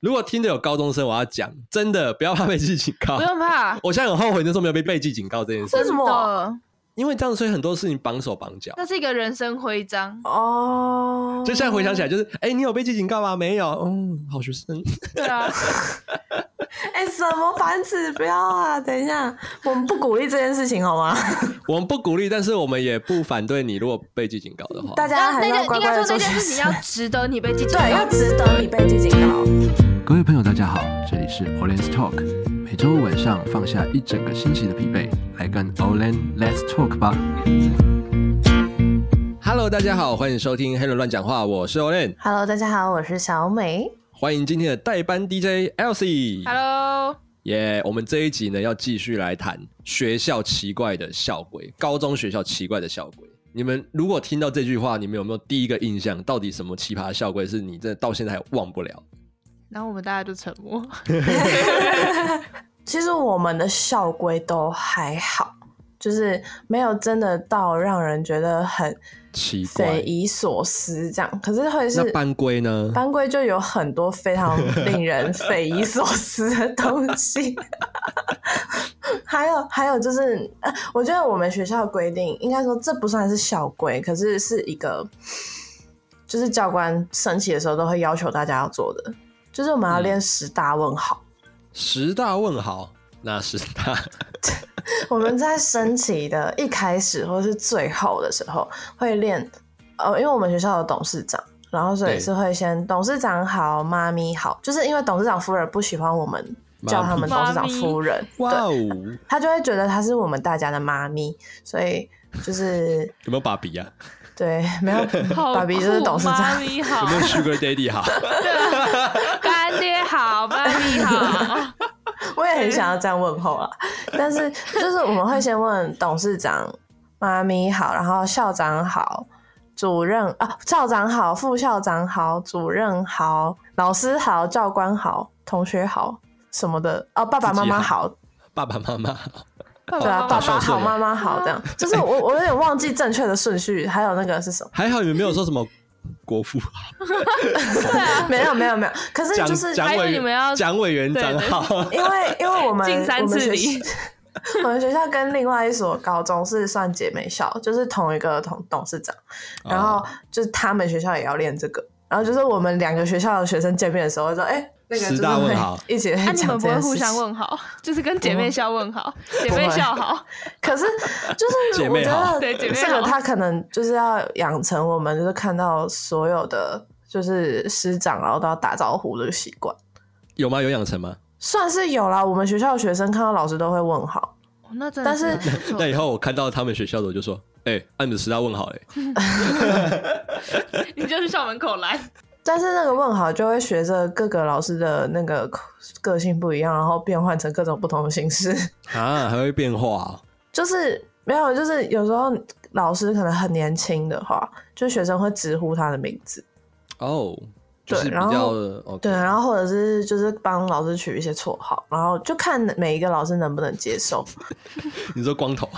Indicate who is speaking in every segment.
Speaker 1: 如果听着有高中生，我要讲，真的不要怕被记警告
Speaker 2: 不。用 怕，
Speaker 1: 我现在很后悔那时候没有被被记警告这 件事，
Speaker 2: 真
Speaker 3: 为什么
Speaker 2: 的，
Speaker 1: 因为这样所以很多事情绑手绑脚。
Speaker 2: 那是一个人生徽章。嗯
Speaker 3: 哦，
Speaker 1: 就现在回想起来，就是哎、你有被记警告吗？没有，嗯，好学生。
Speaker 2: 对啊，
Speaker 3: 哎、什么反指标啊？等一下，我们不鼓励这件事情好吗？
Speaker 1: 我们不鼓励，但是我们也不反对你，如果被记警告的话。
Speaker 3: 大家
Speaker 2: 那
Speaker 3: 还是
Speaker 2: 那
Speaker 3: 要
Speaker 2: 件
Speaker 3: 乖
Speaker 2: 应
Speaker 3: 乖
Speaker 2: 该
Speaker 3: 的
Speaker 2: 说
Speaker 3: 做
Speaker 2: 那
Speaker 3: 事
Speaker 2: 件事情要值得你被记住，
Speaker 3: 对，要值得你被记警告。
Speaker 4: 各位朋友，大家好，这里是 Olen's Talk，每周五晚上放下一整个星期的疲惫，来跟 Olen Let's Talk 吧。
Speaker 1: Hello，大家好，欢迎收听《黑人乱讲话》，我是 Olen，
Speaker 3: Hello，大家好，我是小美。
Speaker 1: 欢迎今天的代班 DJ Elsie。
Speaker 2: Hello，
Speaker 1: 耶我们这一集呢要继续来谈学校奇怪的校规，高中学校奇怪的校规。你们如果听到这句话，你们有没有第一个印象？到底什么奇葩的校规是你真的到现在还忘不了？
Speaker 2: 然后我们大家就沉默。
Speaker 3: 其实我们的校规都还好，就是没有真的到让人觉得很
Speaker 1: 奇
Speaker 3: 匪
Speaker 1: 怪。
Speaker 3: 夷所思这样。可是会是
Speaker 1: 那班规呢？
Speaker 3: 班规就有很多非常令人匪夷所思的东西， 还有还有就是，呃，我觉得我们学校规定，应该说这不算是校规，可是是一个，就是教官升旗的时候都会要求大家要做的，就是我们要练十大问号。
Speaker 1: 十大问号，那十 大
Speaker 3: 我们在升旗的一开始或是最后的时候会练，呃，因为我们学校有董事长，然后所以
Speaker 1: 对
Speaker 3: 是会先董事长好，妈咪好，就是因为董事长夫人不喜欢我们叫他们董事长夫人，
Speaker 1: 哇
Speaker 3: 对，
Speaker 1: 哦，
Speaker 3: 他就会觉得她是我们大家的妈咪，所以就是
Speaker 1: 有没有爸比啊？
Speaker 3: 对，没有，
Speaker 2: 好
Speaker 3: 爸比就是
Speaker 2: 酷
Speaker 3: 董事
Speaker 2: 妈
Speaker 3: 长，
Speaker 2: 咪
Speaker 1: 有
Speaker 2: 好
Speaker 1: 没，有 Sugar Daddy 好？
Speaker 2: 干爹好，妈咪好，
Speaker 3: 我也很想要这样问候啊，但是就是我们会先问董事长妈咪好，然后校长好，主任啊校长好，副校长好，主任好，老师好，教官好，同学好什么的哦，爸爸妈妈好，
Speaker 1: 爸爸妈妈
Speaker 3: 对
Speaker 2: 哦
Speaker 3: 啊，爸
Speaker 1: 孝
Speaker 3: 爸
Speaker 1: 顺
Speaker 3: 好，妈妈好，这样就是我我有点忘记正确的顺序，还有那个是什么？
Speaker 1: 还好，你们没有说什么国父好，
Speaker 2: 啊
Speaker 3: 没有没有没有，可是
Speaker 1: 蒋
Speaker 3: 就是
Speaker 1: 蒋
Speaker 2: 还以为
Speaker 1: 委
Speaker 2: 你们要
Speaker 1: 员蒋委员
Speaker 2: 对
Speaker 1: 长
Speaker 2: 对
Speaker 1: 好。
Speaker 3: 因为因为我们
Speaker 2: 进三
Speaker 3: 我们
Speaker 2: 次
Speaker 3: 学
Speaker 2: 礼
Speaker 3: 我们学校跟另外一所高中是算姐妹校，就是同一个同董事长，
Speaker 1: 哦
Speaker 3: 然后就是他们学校也要练这个，然后就是我们两个学校的学生见面的时候会说，哎、那个
Speaker 1: 十
Speaker 3: 就是
Speaker 1: 大问
Speaker 3: 会
Speaker 1: 号
Speaker 3: 一起
Speaker 2: 那
Speaker 3: 来
Speaker 2: 啊你
Speaker 3: 讲
Speaker 2: 们
Speaker 3: 这
Speaker 2: 不会
Speaker 3: 件
Speaker 2: 互
Speaker 3: 事
Speaker 2: 相
Speaker 3: 情。
Speaker 2: 问好，就是跟姐妹校问好，姐妹校好，
Speaker 3: 可是就 是
Speaker 1: 姐
Speaker 3: 我
Speaker 1: 妹
Speaker 3: 觉
Speaker 1: 好
Speaker 3: 得
Speaker 2: 对姐妹
Speaker 3: 这
Speaker 2: 好
Speaker 3: 个他可能就是要养成我们就是看到所有的就是师长然后都要打招呼的习惯，
Speaker 1: 有吗？有养成吗？
Speaker 3: 算是有啦。我们学校的学生看到老师都会问好。
Speaker 2: 哦那真的
Speaker 3: 但是
Speaker 2: 不错
Speaker 1: 那以后我看到他们学校的，我就说：“哎、按你们十大问好嘞、哎
Speaker 2: 你就去校门口拦，
Speaker 3: 但是那个问号就会随着各个老师的那个个性不一样，然后变换成各种不同的形式。
Speaker 1: 啊，还会变化哦、
Speaker 3: 就是没有，就是有时候老师可能很年轻的话，就学生会直呼他的名字，
Speaker 1: 哦，就是
Speaker 3: 对
Speaker 1: 比
Speaker 3: 然后
Speaker 1: 较的 OK，
Speaker 3: 对，然后或者是就是帮老师取一些绰号，然后就看每一个老师能不能接受。
Speaker 1: 嗯你说光头，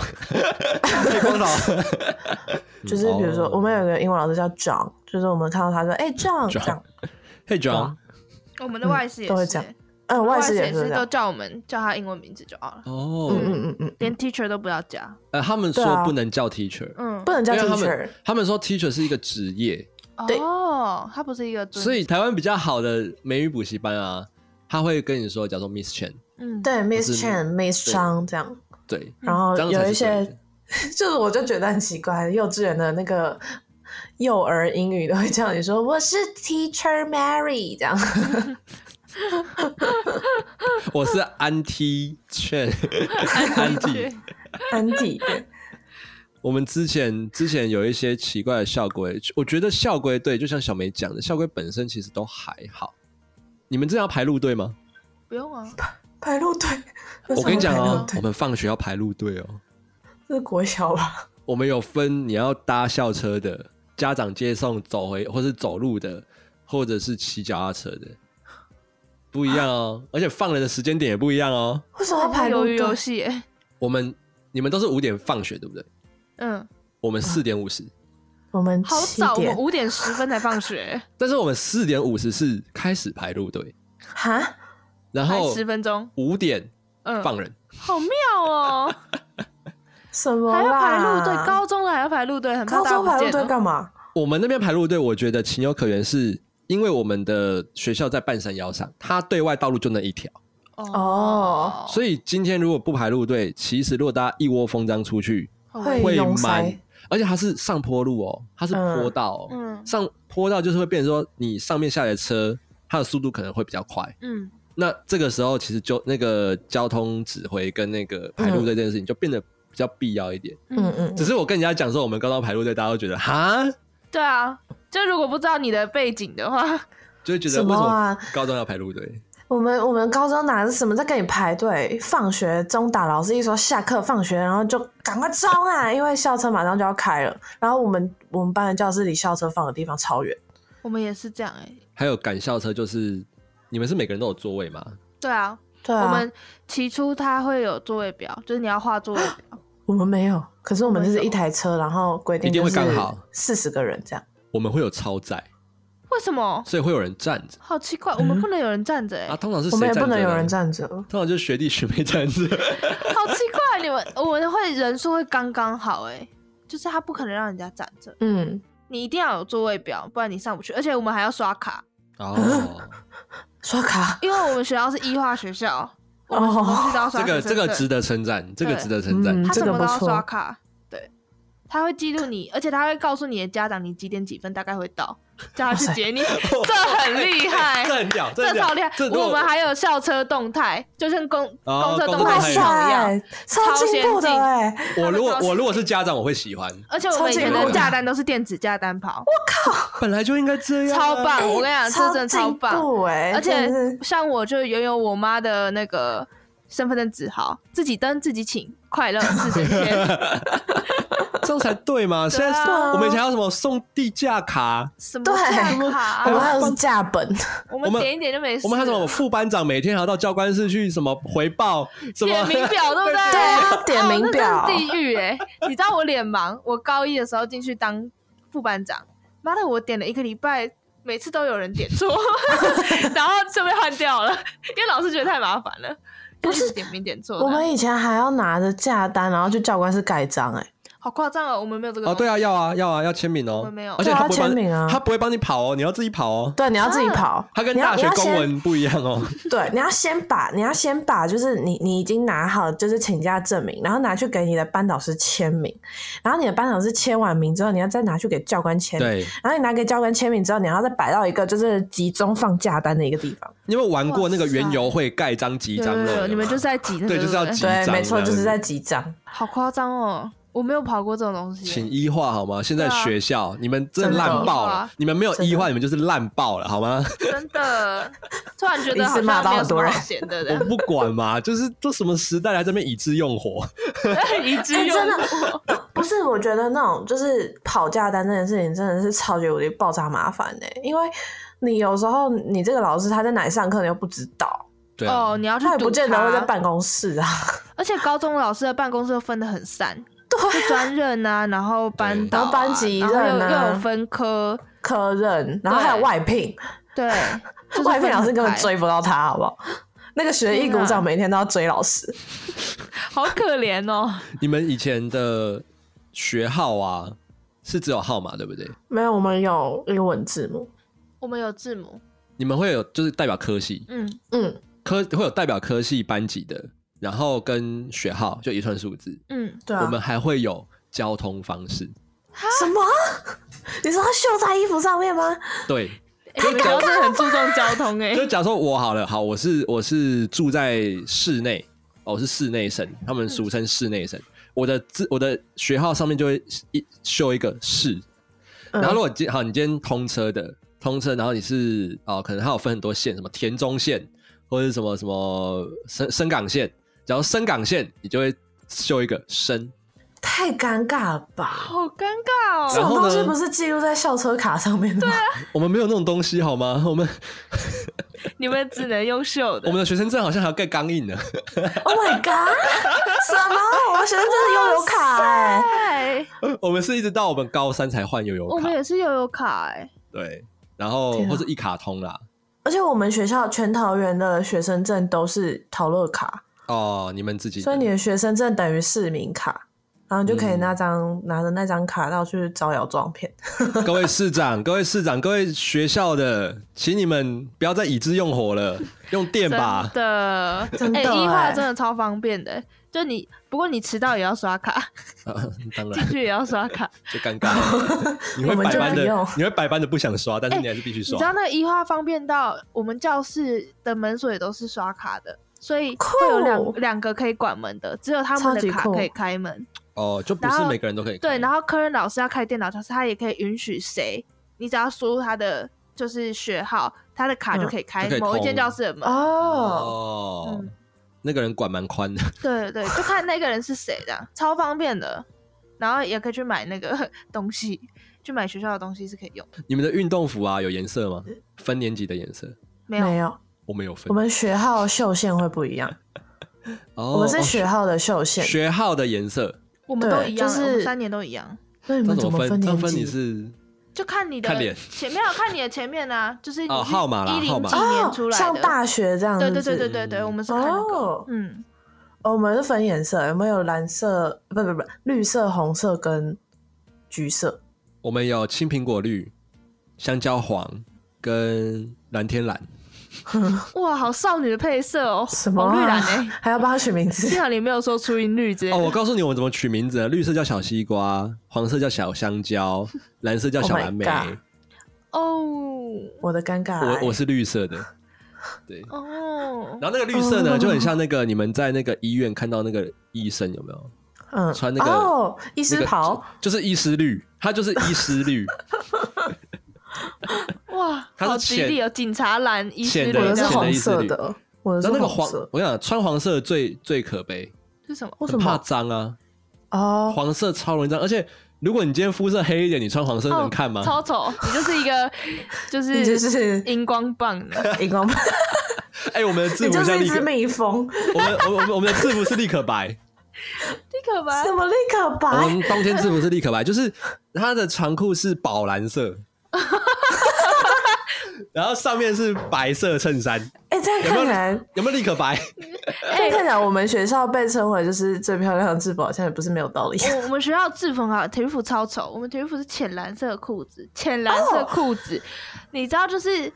Speaker 1: 哎光头，
Speaker 3: 就是比如说
Speaker 1: 哦，
Speaker 3: 我们有一个英文老师叫 John，就是我们看到他说，哎、j o h n 这
Speaker 1: John
Speaker 3: 样，
Speaker 1: 嘿
Speaker 3: 啊
Speaker 1: John，
Speaker 2: 我们的外事也是
Speaker 3: 都会这样嗯，外事也
Speaker 2: 也
Speaker 3: 是这
Speaker 2: 都
Speaker 3: 样，
Speaker 2: 叫我们叫他英文名字就好了，
Speaker 1: 哦
Speaker 3: 嗯，嗯嗯嗯，
Speaker 2: 连 teacher 都不要加，
Speaker 1: 呃，他们
Speaker 3: 对
Speaker 1: 说
Speaker 3: 啊
Speaker 1: 不能叫 teacher，、
Speaker 2: 嗯
Speaker 3: 不，能叫
Speaker 1: 因为他们
Speaker 3: teacher，
Speaker 1: 他们说 teacher 是一个职业，
Speaker 3: 对
Speaker 2: 哦，他不是一个尊，
Speaker 1: 所以台湾比较好的美语补习班啊，他会跟你说，假如说 Miss Chen，
Speaker 2: 嗯，
Speaker 3: 对，Miss
Speaker 1: 是
Speaker 3: Chen，Miss
Speaker 1: 对
Speaker 3: Zhang 这样。
Speaker 1: 对，
Speaker 3: 然后
Speaker 1: 这样
Speaker 3: 哦有
Speaker 1: 才是对
Speaker 3: 一些
Speaker 1: 的，
Speaker 3: 就是我就觉得很奇怪，幼稚园的那个幼儿英语都会叫你说我是 Teacher Mary 这样，
Speaker 1: 我是 Auntie Chen，Auntie
Speaker 2: 对。
Speaker 3: 安迪对
Speaker 1: 我们之前之前有一些奇怪的校规，我觉得校规对，就像小梅讲的，校规本身其实都还好。你们真的要排路队吗？
Speaker 2: 不用啊，
Speaker 3: 排路队。
Speaker 1: 我
Speaker 3: 为什么
Speaker 1: 跟你讲
Speaker 3: 排
Speaker 1: 哦
Speaker 3: 路，队
Speaker 1: 我们放学要排路队哦。
Speaker 3: 这是国小吧？
Speaker 1: 我们有分你要搭校车的，家长接送走回，或是走路的，或者是骑脚踏车的，不一样哦。而且放人的时间点也不一样哦。
Speaker 3: 为什么要排路
Speaker 2: 鱿鱼
Speaker 3: 队？
Speaker 2: 游戏耶，
Speaker 1: 我们你们都是五点放学对不对？
Speaker 2: 嗯，
Speaker 1: 我们四点五十，
Speaker 3: 我们
Speaker 2: 好
Speaker 3: 七
Speaker 2: 早，我们
Speaker 3: 点，
Speaker 2: 五点十分才放学，
Speaker 1: 但是我们四点五十是开始排路队。
Speaker 3: 哈，
Speaker 1: 然
Speaker 2: 还
Speaker 1: 后
Speaker 2: 十分钟，
Speaker 1: 五点
Speaker 2: 嗯，
Speaker 1: 放人，
Speaker 2: 好妙 哦，
Speaker 3: 什么
Speaker 2: 还要
Speaker 3: 啦
Speaker 2: 排路队，高中的还要排路队，很怕
Speaker 3: 高
Speaker 2: 大家
Speaker 3: 中排
Speaker 2: 不见
Speaker 3: 路
Speaker 2: 哦
Speaker 3: 队
Speaker 2: 了。
Speaker 3: 干嘛？
Speaker 1: 我们那边排路队，我觉得情有可原，是因为我们的学校在半山腰上，它对外道路就那一条，
Speaker 3: 哦
Speaker 1: 所以今天如果不排路队，其实如果大家一窝蜂张出去，
Speaker 3: 会
Speaker 1: 会
Speaker 3: 拥
Speaker 1: 满
Speaker 3: 塞，
Speaker 1: 而且它是上坡路哦，它是坡道、哦，
Speaker 2: 嗯
Speaker 1: 上坡道就是会变成说你上面下来的车，它的速度可能会比较快。
Speaker 2: 嗯，
Speaker 1: 那这个时候，其实就那个交通指挥跟那个排路队这件事情就变得比较必要一点。
Speaker 3: 嗯嗯，
Speaker 1: 只是我跟人家讲说，我们高中排路队，大家都觉得哈，
Speaker 2: 对啊，就如果不知道你的背景的话，
Speaker 1: 就会觉得
Speaker 3: 什
Speaker 1: 为
Speaker 3: 么
Speaker 1: 什
Speaker 3: 啊
Speaker 1: 么高中要排路队？
Speaker 3: 我们我们高中哪是什么在跟你排队？放学中打，老师一说下课放学，然后就赶快冲啊，因为校车马上就要开了。然后我们我们班的教室离校车放的地方超远，
Speaker 2: 我们也是这样哎、
Speaker 3: 欸
Speaker 1: 还有赶校车，就是你们是每个人都有座位吗？
Speaker 2: 对啊，
Speaker 3: 对啊，
Speaker 2: 我们起初它会有座位表，就是你要画座位 表。
Speaker 3: 我们没有，可是我们就是
Speaker 2: 为什么
Speaker 3: 一台车，然后规定
Speaker 1: 一定会
Speaker 3: 就是
Speaker 1: 刚好
Speaker 3: 四十个人这样。
Speaker 1: 我们会有超载，
Speaker 2: 为什么？
Speaker 1: 所以会有人站着
Speaker 2: 好奇怪，我
Speaker 3: 嗯
Speaker 2: 们不能有人站着哎、
Speaker 1: 啊。通常是
Speaker 3: 我
Speaker 1: 谁
Speaker 3: 们
Speaker 1: 站
Speaker 3: 也
Speaker 1: 着？
Speaker 3: 不能有人。站着，
Speaker 1: 通常就是学弟学妹站着。
Speaker 2: 好奇怪，你们我们会人数会刚刚好哎、就是他不可能让人家站着，
Speaker 3: 嗯，
Speaker 2: 你一定要有座位表，不然你上不去。而且我们还要刷卡，
Speaker 1: 哦，
Speaker 3: 刷卡
Speaker 2: 因为我们学校是医化学校，我
Speaker 3: 哦
Speaker 2: 们什么东西都要刷
Speaker 1: 这
Speaker 2: 学
Speaker 1: 个
Speaker 2: 生
Speaker 1: 这个
Speaker 2: 证
Speaker 1: 值得称赞，这个值得称赞。
Speaker 3: 嗯
Speaker 2: 他
Speaker 3: 这
Speaker 2: 什
Speaker 3: 个
Speaker 2: 么都
Speaker 3: 不
Speaker 2: 要
Speaker 3: 错
Speaker 2: 刷卡，对，他会记录你，而且他会告诉你的家长你几点几分大概会到，叫他去 接你，这很厉害，
Speaker 1: 哎这很屌，
Speaker 2: 这
Speaker 1: 很屌
Speaker 2: 超厉害
Speaker 1: 这。如果
Speaker 2: 我们还有校车动态，就像公
Speaker 1: 哦
Speaker 2: 公车动
Speaker 1: 公
Speaker 2: 态
Speaker 1: 车动
Speaker 2: 系统一
Speaker 3: 哇
Speaker 2: 样，
Speaker 3: 塞，超进
Speaker 2: 超先
Speaker 3: 步的
Speaker 2: 进
Speaker 3: 哎、
Speaker 1: 我如
Speaker 2: 他
Speaker 1: 果
Speaker 2: 们超
Speaker 1: 我如果是家长，我会 喜欢，
Speaker 2: 而且我们以前
Speaker 1: 超
Speaker 2: 的
Speaker 1: 级
Speaker 2: 价单都是电子价单跑，
Speaker 1: 本来就应该这样啊，
Speaker 2: 超棒！哎我跟你讲，这真的超
Speaker 3: 进
Speaker 2: 棒。
Speaker 3: 步哎、
Speaker 2: 而且
Speaker 3: 真的是
Speaker 2: 像我就拥有我妈的那个身份证字号，自己登自己请，快乐是神 仙，
Speaker 1: 这样才对嘛。现
Speaker 2: 对啊
Speaker 1: 在是我们以前还有什么送地价卡，
Speaker 2: 什么
Speaker 3: 对
Speaker 2: 价卡
Speaker 3: 我们
Speaker 2: 啊？
Speaker 3: 还有是架本，
Speaker 2: 我
Speaker 1: 我
Speaker 2: 们
Speaker 1: 们
Speaker 2: 点一点就没事了。
Speaker 1: 我们还有什么副班长每天还要到教官室去什么回报什么
Speaker 2: 点名表，对不对？
Speaker 3: 对啊，点名
Speaker 2: 哦
Speaker 3: 表，
Speaker 2: 那真是地狱哎、你知道我脸盲，我高一的时候进去当副班长，妈的，我点了一个礼拜，每次都有人点 错，然后就被换掉了，因为老师觉得太麻烦了。不是点名点错的，
Speaker 3: 我们以前还要拿着价单，然后去教官室盖章哎、
Speaker 2: 好夸张哦，我们没有这个
Speaker 1: 哦，对
Speaker 2: 啊，
Speaker 1: 啊，要啊，要啊，要签名
Speaker 2: 我
Speaker 1: 哦
Speaker 2: 们没有，
Speaker 1: 而且他不会
Speaker 3: 对啊
Speaker 1: 帮
Speaker 3: 签名啊
Speaker 1: 他不会帮你跑哦，你要自己跑哦。
Speaker 3: 对，你要自
Speaker 2: 啊
Speaker 3: 己跑，
Speaker 1: 他跟
Speaker 3: 你要
Speaker 1: 大学公，
Speaker 3: 你
Speaker 1: 文不一样哦，
Speaker 3: 要先对，你要先把你要先把就是你你已经拿好就是请假证明，然后拿去给你的班导师签名，然后你的班导师签完名之后，你要再拿去给教官签名，
Speaker 1: 对，
Speaker 3: 然后你拿给教官签名之后，你要再摆到一个就是集中放假单的一个地方，
Speaker 1: 你有没有玩过那个
Speaker 2: 哇塞
Speaker 1: 原油会盖章集
Speaker 2: 有
Speaker 1: 章
Speaker 2: 有
Speaker 1: 的
Speaker 2: 有有，
Speaker 1: 吗？
Speaker 2: 你们就是在挤那个，
Speaker 1: 对就是要
Speaker 2: 不
Speaker 1: 集
Speaker 3: 对，
Speaker 1: 章
Speaker 3: 没错，
Speaker 1: 这样
Speaker 3: 就
Speaker 1: 子
Speaker 3: 是在集章，
Speaker 2: 好夸张哦，我没有跑过这种东西欸，
Speaker 1: 请医化好吗？现在
Speaker 2: 对啊
Speaker 1: 学校你们真的烂
Speaker 3: 真的
Speaker 1: 爆
Speaker 2: 医
Speaker 1: 了
Speaker 2: 化，
Speaker 1: 你们没有医化，
Speaker 3: 真的
Speaker 1: 你们就是烂爆了好吗？
Speaker 2: 真的，突然觉得
Speaker 3: 一
Speaker 2: 好
Speaker 3: 次骂
Speaker 2: 像
Speaker 3: 到
Speaker 2: 没有
Speaker 3: 很
Speaker 2: 什
Speaker 3: 多
Speaker 2: 么
Speaker 3: 人
Speaker 2: 好闲 的
Speaker 1: 我
Speaker 2: 人，
Speaker 1: 不管嘛，就是都什么时代来这边以智用火，
Speaker 2: 一直
Speaker 3: 哎
Speaker 2: 用
Speaker 3: 真的
Speaker 2: 过
Speaker 3: 不是，我觉得那种就是跑价单这件事情真的是超级无敌爆炸麻烦的、因为你有时候你这个老师他在哪里上课你又不知道，
Speaker 1: 对啊，
Speaker 2: 哦，你要去
Speaker 3: 他也
Speaker 2: 堵
Speaker 3: 不见得会在
Speaker 2: 它
Speaker 3: 办公室啊。
Speaker 2: 而且高中老师的办公室又分得很 散，就专任啊，然后班导、啊，
Speaker 3: 然后班级
Speaker 2: 然后又
Speaker 3: 任啊
Speaker 2: 又有分科，
Speaker 3: 科任，然后还有外聘，
Speaker 2: 对， 就是
Speaker 3: 外聘老师
Speaker 2: 分得
Speaker 3: 根
Speaker 2: 很
Speaker 3: 本
Speaker 2: 开，
Speaker 3: 追不到他，好不 好？那个学艺股
Speaker 2: 天啊
Speaker 3: 长每天都要追老师，
Speaker 2: 好可怜哦。
Speaker 1: 你们以前的学号啊，是只有号码对不对？
Speaker 3: 没有我们有英文字母，
Speaker 2: 我们有字母，
Speaker 1: 你们会有就是代表科系，
Speaker 2: 嗯，
Speaker 3: 嗯，
Speaker 1: 科会有代表科系班级的，然后跟学号就一串数字，
Speaker 2: 嗯，
Speaker 3: 对啊
Speaker 1: 我，们还会有交通方式，
Speaker 3: 什么？ 你说他绣在衣服上面吗？
Speaker 1: 对。
Speaker 2: 欸你们都是很注重交 通哎、
Speaker 1: 就假如说我好了，好，我是我是住在室内，哦，我是室内生，他们俗称室内生。我的字，我的学号上面就会一秀一个室。
Speaker 3: 嗯
Speaker 1: 然后如果今好，你今天通车的通车，然后你是哦，可能还有分很多线，什么田中线或者是什么什么深深港线。假如深港线，你就会秀一个深。
Speaker 3: 太尴尬了吧！
Speaker 2: 好尴尬
Speaker 3: 这
Speaker 1: 然
Speaker 2: 哦。
Speaker 3: 种
Speaker 1: 后呢
Speaker 3: 东西不是记录在校车卡上面的吗？
Speaker 1: 我们没有那种东西好吗？ 我们
Speaker 2: 你们只能用秀
Speaker 1: 我
Speaker 2: 的
Speaker 1: 们，的学生证好像还要盖钢印呢。
Speaker 3: Oh my god！什么？我们学生真的拥有卡哎、
Speaker 2: 对，
Speaker 1: 我们是一直到我们高三才换悠游
Speaker 2: 我
Speaker 1: 卡
Speaker 2: 们。也是悠游卡哎、
Speaker 1: 对，然后
Speaker 3: 天啊
Speaker 1: 或者一卡通啦，
Speaker 3: 而且我们学校全桃园的学生证都是陶乐卡，
Speaker 1: 哦，你们自己的，
Speaker 3: 所以你的学生证等于市民卡，然后你就可以
Speaker 1: 嗯
Speaker 3: 那张、拿着那张卡到去招摇撞骗。
Speaker 1: 各位市长、各位市长、各位学校的，请你们不要再以智用火了，用电
Speaker 2: 真
Speaker 1: 吧。
Speaker 2: 的，
Speaker 3: 真的
Speaker 2: 哎，一化
Speaker 3: 哎
Speaker 2: 真的超方便的，欸就你不过你迟到也要刷卡，
Speaker 1: 当
Speaker 2: 进
Speaker 1: 然，
Speaker 2: 去也要刷 卡。
Speaker 1: 就尴尬了。你会
Speaker 3: 我们
Speaker 1: 百
Speaker 3: 就
Speaker 1: 般
Speaker 3: 不用
Speaker 1: 的，你会百般的不想刷，但是你还是必须
Speaker 2: 你知道
Speaker 1: 刷。
Speaker 2: 那个医化方便到我们教室的门锁也都是刷卡的，所以
Speaker 3: 酷哦
Speaker 2: 会有两两个可以管门的，只有他们
Speaker 3: 超
Speaker 2: 的
Speaker 3: 级
Speaker 2: 卡
Speaker 3: 酷
Speaker 2: 可以开门。
Speaker 1: 哦，就不是每个人都可以开。
Speaker 2: 对，然后科任老师要开电脑教室，他也可以允许谁，你只要输入他的就是学号，他的卡就可以开
Speaker 1: 嗯就可以
Speaker 2: 某一间
Speaker 1: 通
Speaker 2: 教室的门。
Speaker 3: 哦，
Speaker 1: 哦
Speaker 2: 嗯，
Speaker 1: 那个人管蛮宽的，
Speaker 2: 对对， 就看那个人是谁，这样超方便的。然后也可以去买那个 东西，去买学校的东西是可以用的。
Speaker 1: 你们的运动服啊有颜色吗？分年级的颜色，
Speaker 2: 没有，
Speaker 3: 没有，
Speaker 1: 我没有分
Speaker 3: 我。们学号绣线会不一样，
Speaker 1: 哦
Speaker 3: 我们是
Speaker 1: 哦
Speaker 3: 学号的绣线，
Speaker 1: 学号的颜色，
Speaker 2: 我们都
Speaker 3: 对
Speaker 2: 一样，啊
Speaker 3: 就是
Speaker 2: 我们三年都一样。
Speaker 3: 那你
Speaker 1: 那
Speaker 3: 们
Speaker 1: 怎
Speaker 3: 怎
Speaker 1: 么分？那
Speaker 3: 年
Speaker 1: 分你
Speaker 3: 级？
Speaker 1: 是
Speaker 2: 就看你的
Speaker 1: 看脸
Speaker 2: 前没有看你的前面啊，就是你
Speaker 1: 哦
Speaker 2: 是
Speaker 1: 号码啦
Speaker 2: 一
Speaker 1: 号
Speaker 2: 零
Speaker 1: 码
Speaker 2: 几年出来的，
Speaker 3: 像哦大学这样
Speaker 2: 对
Speaker 3: 是不
Speaker 2: 对
Speaker 3: 是
Speaker 2: 对对对对，
Speaker 1: 嗯
Speaker 2: 我们是看那个，
Speaker 3: 哦，
Speaker 2: 嗯，
Speaker 3: 哦我们是分颜色，有没有蓝色？不不不，绿色、红色跟橘色。
Speaker 1: 我们有青苹果绿、香蕉黄跟蓝天蓝。
Speaker 2: 哇，好少女的配色哦，
Speaker 3: 什么、
Speaker 2: 红绿
Speaker 3: 啊
Speaker 2: 蓝哎、？
Speaker 3: 还要帮他取名字
Speaker 2: 幸？好你没有说出音绿之类
Speaker 1: 哦，
Speaker 2: 的，
Speaker 1: 我告诉你我们怎么取名字啊，绿色叫小西瓜，黄色叫小香 蕉，蓝色叫小
Speaker 3: Oh my
Speaker 1: 蓝莓。
Speaker 3: God
Speaker 2: 哦
Speaker 3: 我的尴尬、
Speaker 1: 我我是绿色的，对。
Speaker 2: 哦，
Speaker 1: 然后那个绿色呢，
Speaker 3: 哦
Speaker 1: 就很像那个你们在那个医院看到那个医生有没有？
Speaker 3: 嗯
Speaker 1: 穿那个
Speaker 3: 哦，医
Speaker 1: 那
Speaker 3: 师
Speaker 1: 个
Speaker 3: 袍，
Speaker 1: 就就是医师绿，它就是医师 绿，
Speaker 2: 哇，
Speaker 1: 它是
Speaker 2: 好吉利哦，警察蓝医师
Speaker 1: 浅
Speaker 2: 绿
Speaker 1: 的
Speaker 3: 我的
Speaker 2: 这
Speaker 3: 是
Speaker 1: 浅
Speaker 2: 样
Speaker 1: 的
Speaker 3: 红
Speaker 1: 意思
Speaker 3: 色
Speaker 1: 绿
Speaker 3: 的，我的
Speaker 1: 然后
Speaker 3: 是
Speaker 1: 那个
Speaker 3: 红
Speaker 1: 黄
Speaker 3: 色，。
Speaker 1: 我想穿黄色最最可悲，
Speaker 2: 是什么？
Speaker 3: 为什
Speaker 1: 很怕
Speaker 3: 么？
Speaker 1: 脏啊，
Speaker 3: 哦，
Speaker 1: 黄色超容易脏，而且如果你今天肤色黑一点，你穿黄色能看吗？
Speaker 2: 哦
Speaker 3: 哦
Speaker 2: 超丑，你就是一 个就是
Speaker 3: 你就是
Speaker 2: 荧光棒的，
Speaker 3: 荧光棒，
Speaker 1: 哎、我们的制
Speaker 3: 你
Speaker 1: 服
Speaker 3: 就
Speaker 1: 叫
Speaker 3: 是一
Speaker 1: 立
Speaker 3: 只
Speaker 1: 可，
Speaker 3: 蜜蜂，
Speaker 1: 我们我们我们的制服是立可 白，
Speaker 2: 立刻吧
Speaker 3: 什，么立可
Speaker 1: 我
Speaker 3: 白？
Speaker 1: 们冬天制服是立可白，就是它的长裤是宝蓝 色，然后上面是白色衬衫，
Speaker 3: 哎，这样
Speaker 1: 有没有
Speaker 3: 看来，
Speaker 1: 有没有立可 白？
Speaker 3: 这样看来，我们学校被称为就是最漂亮的制服，好像也不是没有道理。
Speaker 2: 我我们学校制服啊，体育服超丑。我们体育服是浅蓝色的裤子，浅蓝色的裤子，你知道就是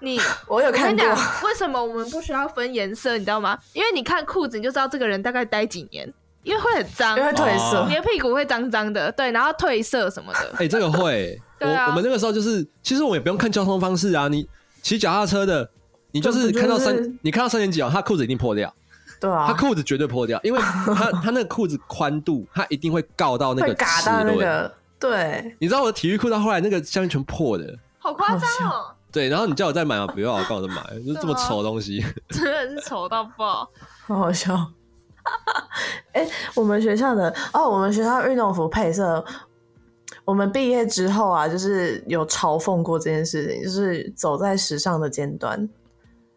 Speaker 2: 你。
Speaker 3: 我有
Speaker 2: 我跟
Speaker 3: 看
Speaker 2: 你
Speaker 3: 过
Speaker 2: 讲，为什么我们不需要分颜色，你知道吗？因为你看裤子，你就知道这个人大概待几年，因为会很脏
Speaker 3: 因，为褪
Speaker 1: 哦
Speaker 3: 色
Speaker 2: 你，的屁股会脏脏的，对，然后褪色什么的
Speaker 1: 哎、。这个会、我
Speaker 2: 对啊
Speaker 1: 我们那个时候就是，其实我们也不用看交通方式啊，你骑脚踏车的，你就是
Speaker 3: 这不就是
Speaker 1: 看到三，你看到三年级哦，他裤子一定破掉，
Speaker 3: 对
Speaker 1: 他
Speaker 3: 啊，
Speaker 1: 裤子绝对破掉， 因为他他那个裤子宽度，他一定会告到那
Speaker 3: 会
Speaker 1: 个
Speaker 3: 嘎
Speaker 1: 齿
Speaker 3: 到那
Speaker 1: 轮。
Speaker 3: 个，对，
Speaker 1: 你知道我的体育裤到后来那个下面全破的，
Speaker 2: 好夸张哦，
Speaker 1: 对，然后你叫我再买吗？不要，我告诉你买，就是这么丑的东 西。
Speaker 2: 真的是丑到爆！
Speaker 3: 好好笑。哎、我们学校的哦，我们学校运动服配色，我们毕业之后啊，就是有嘲讽过这件事情，就是走在时尚的尖端，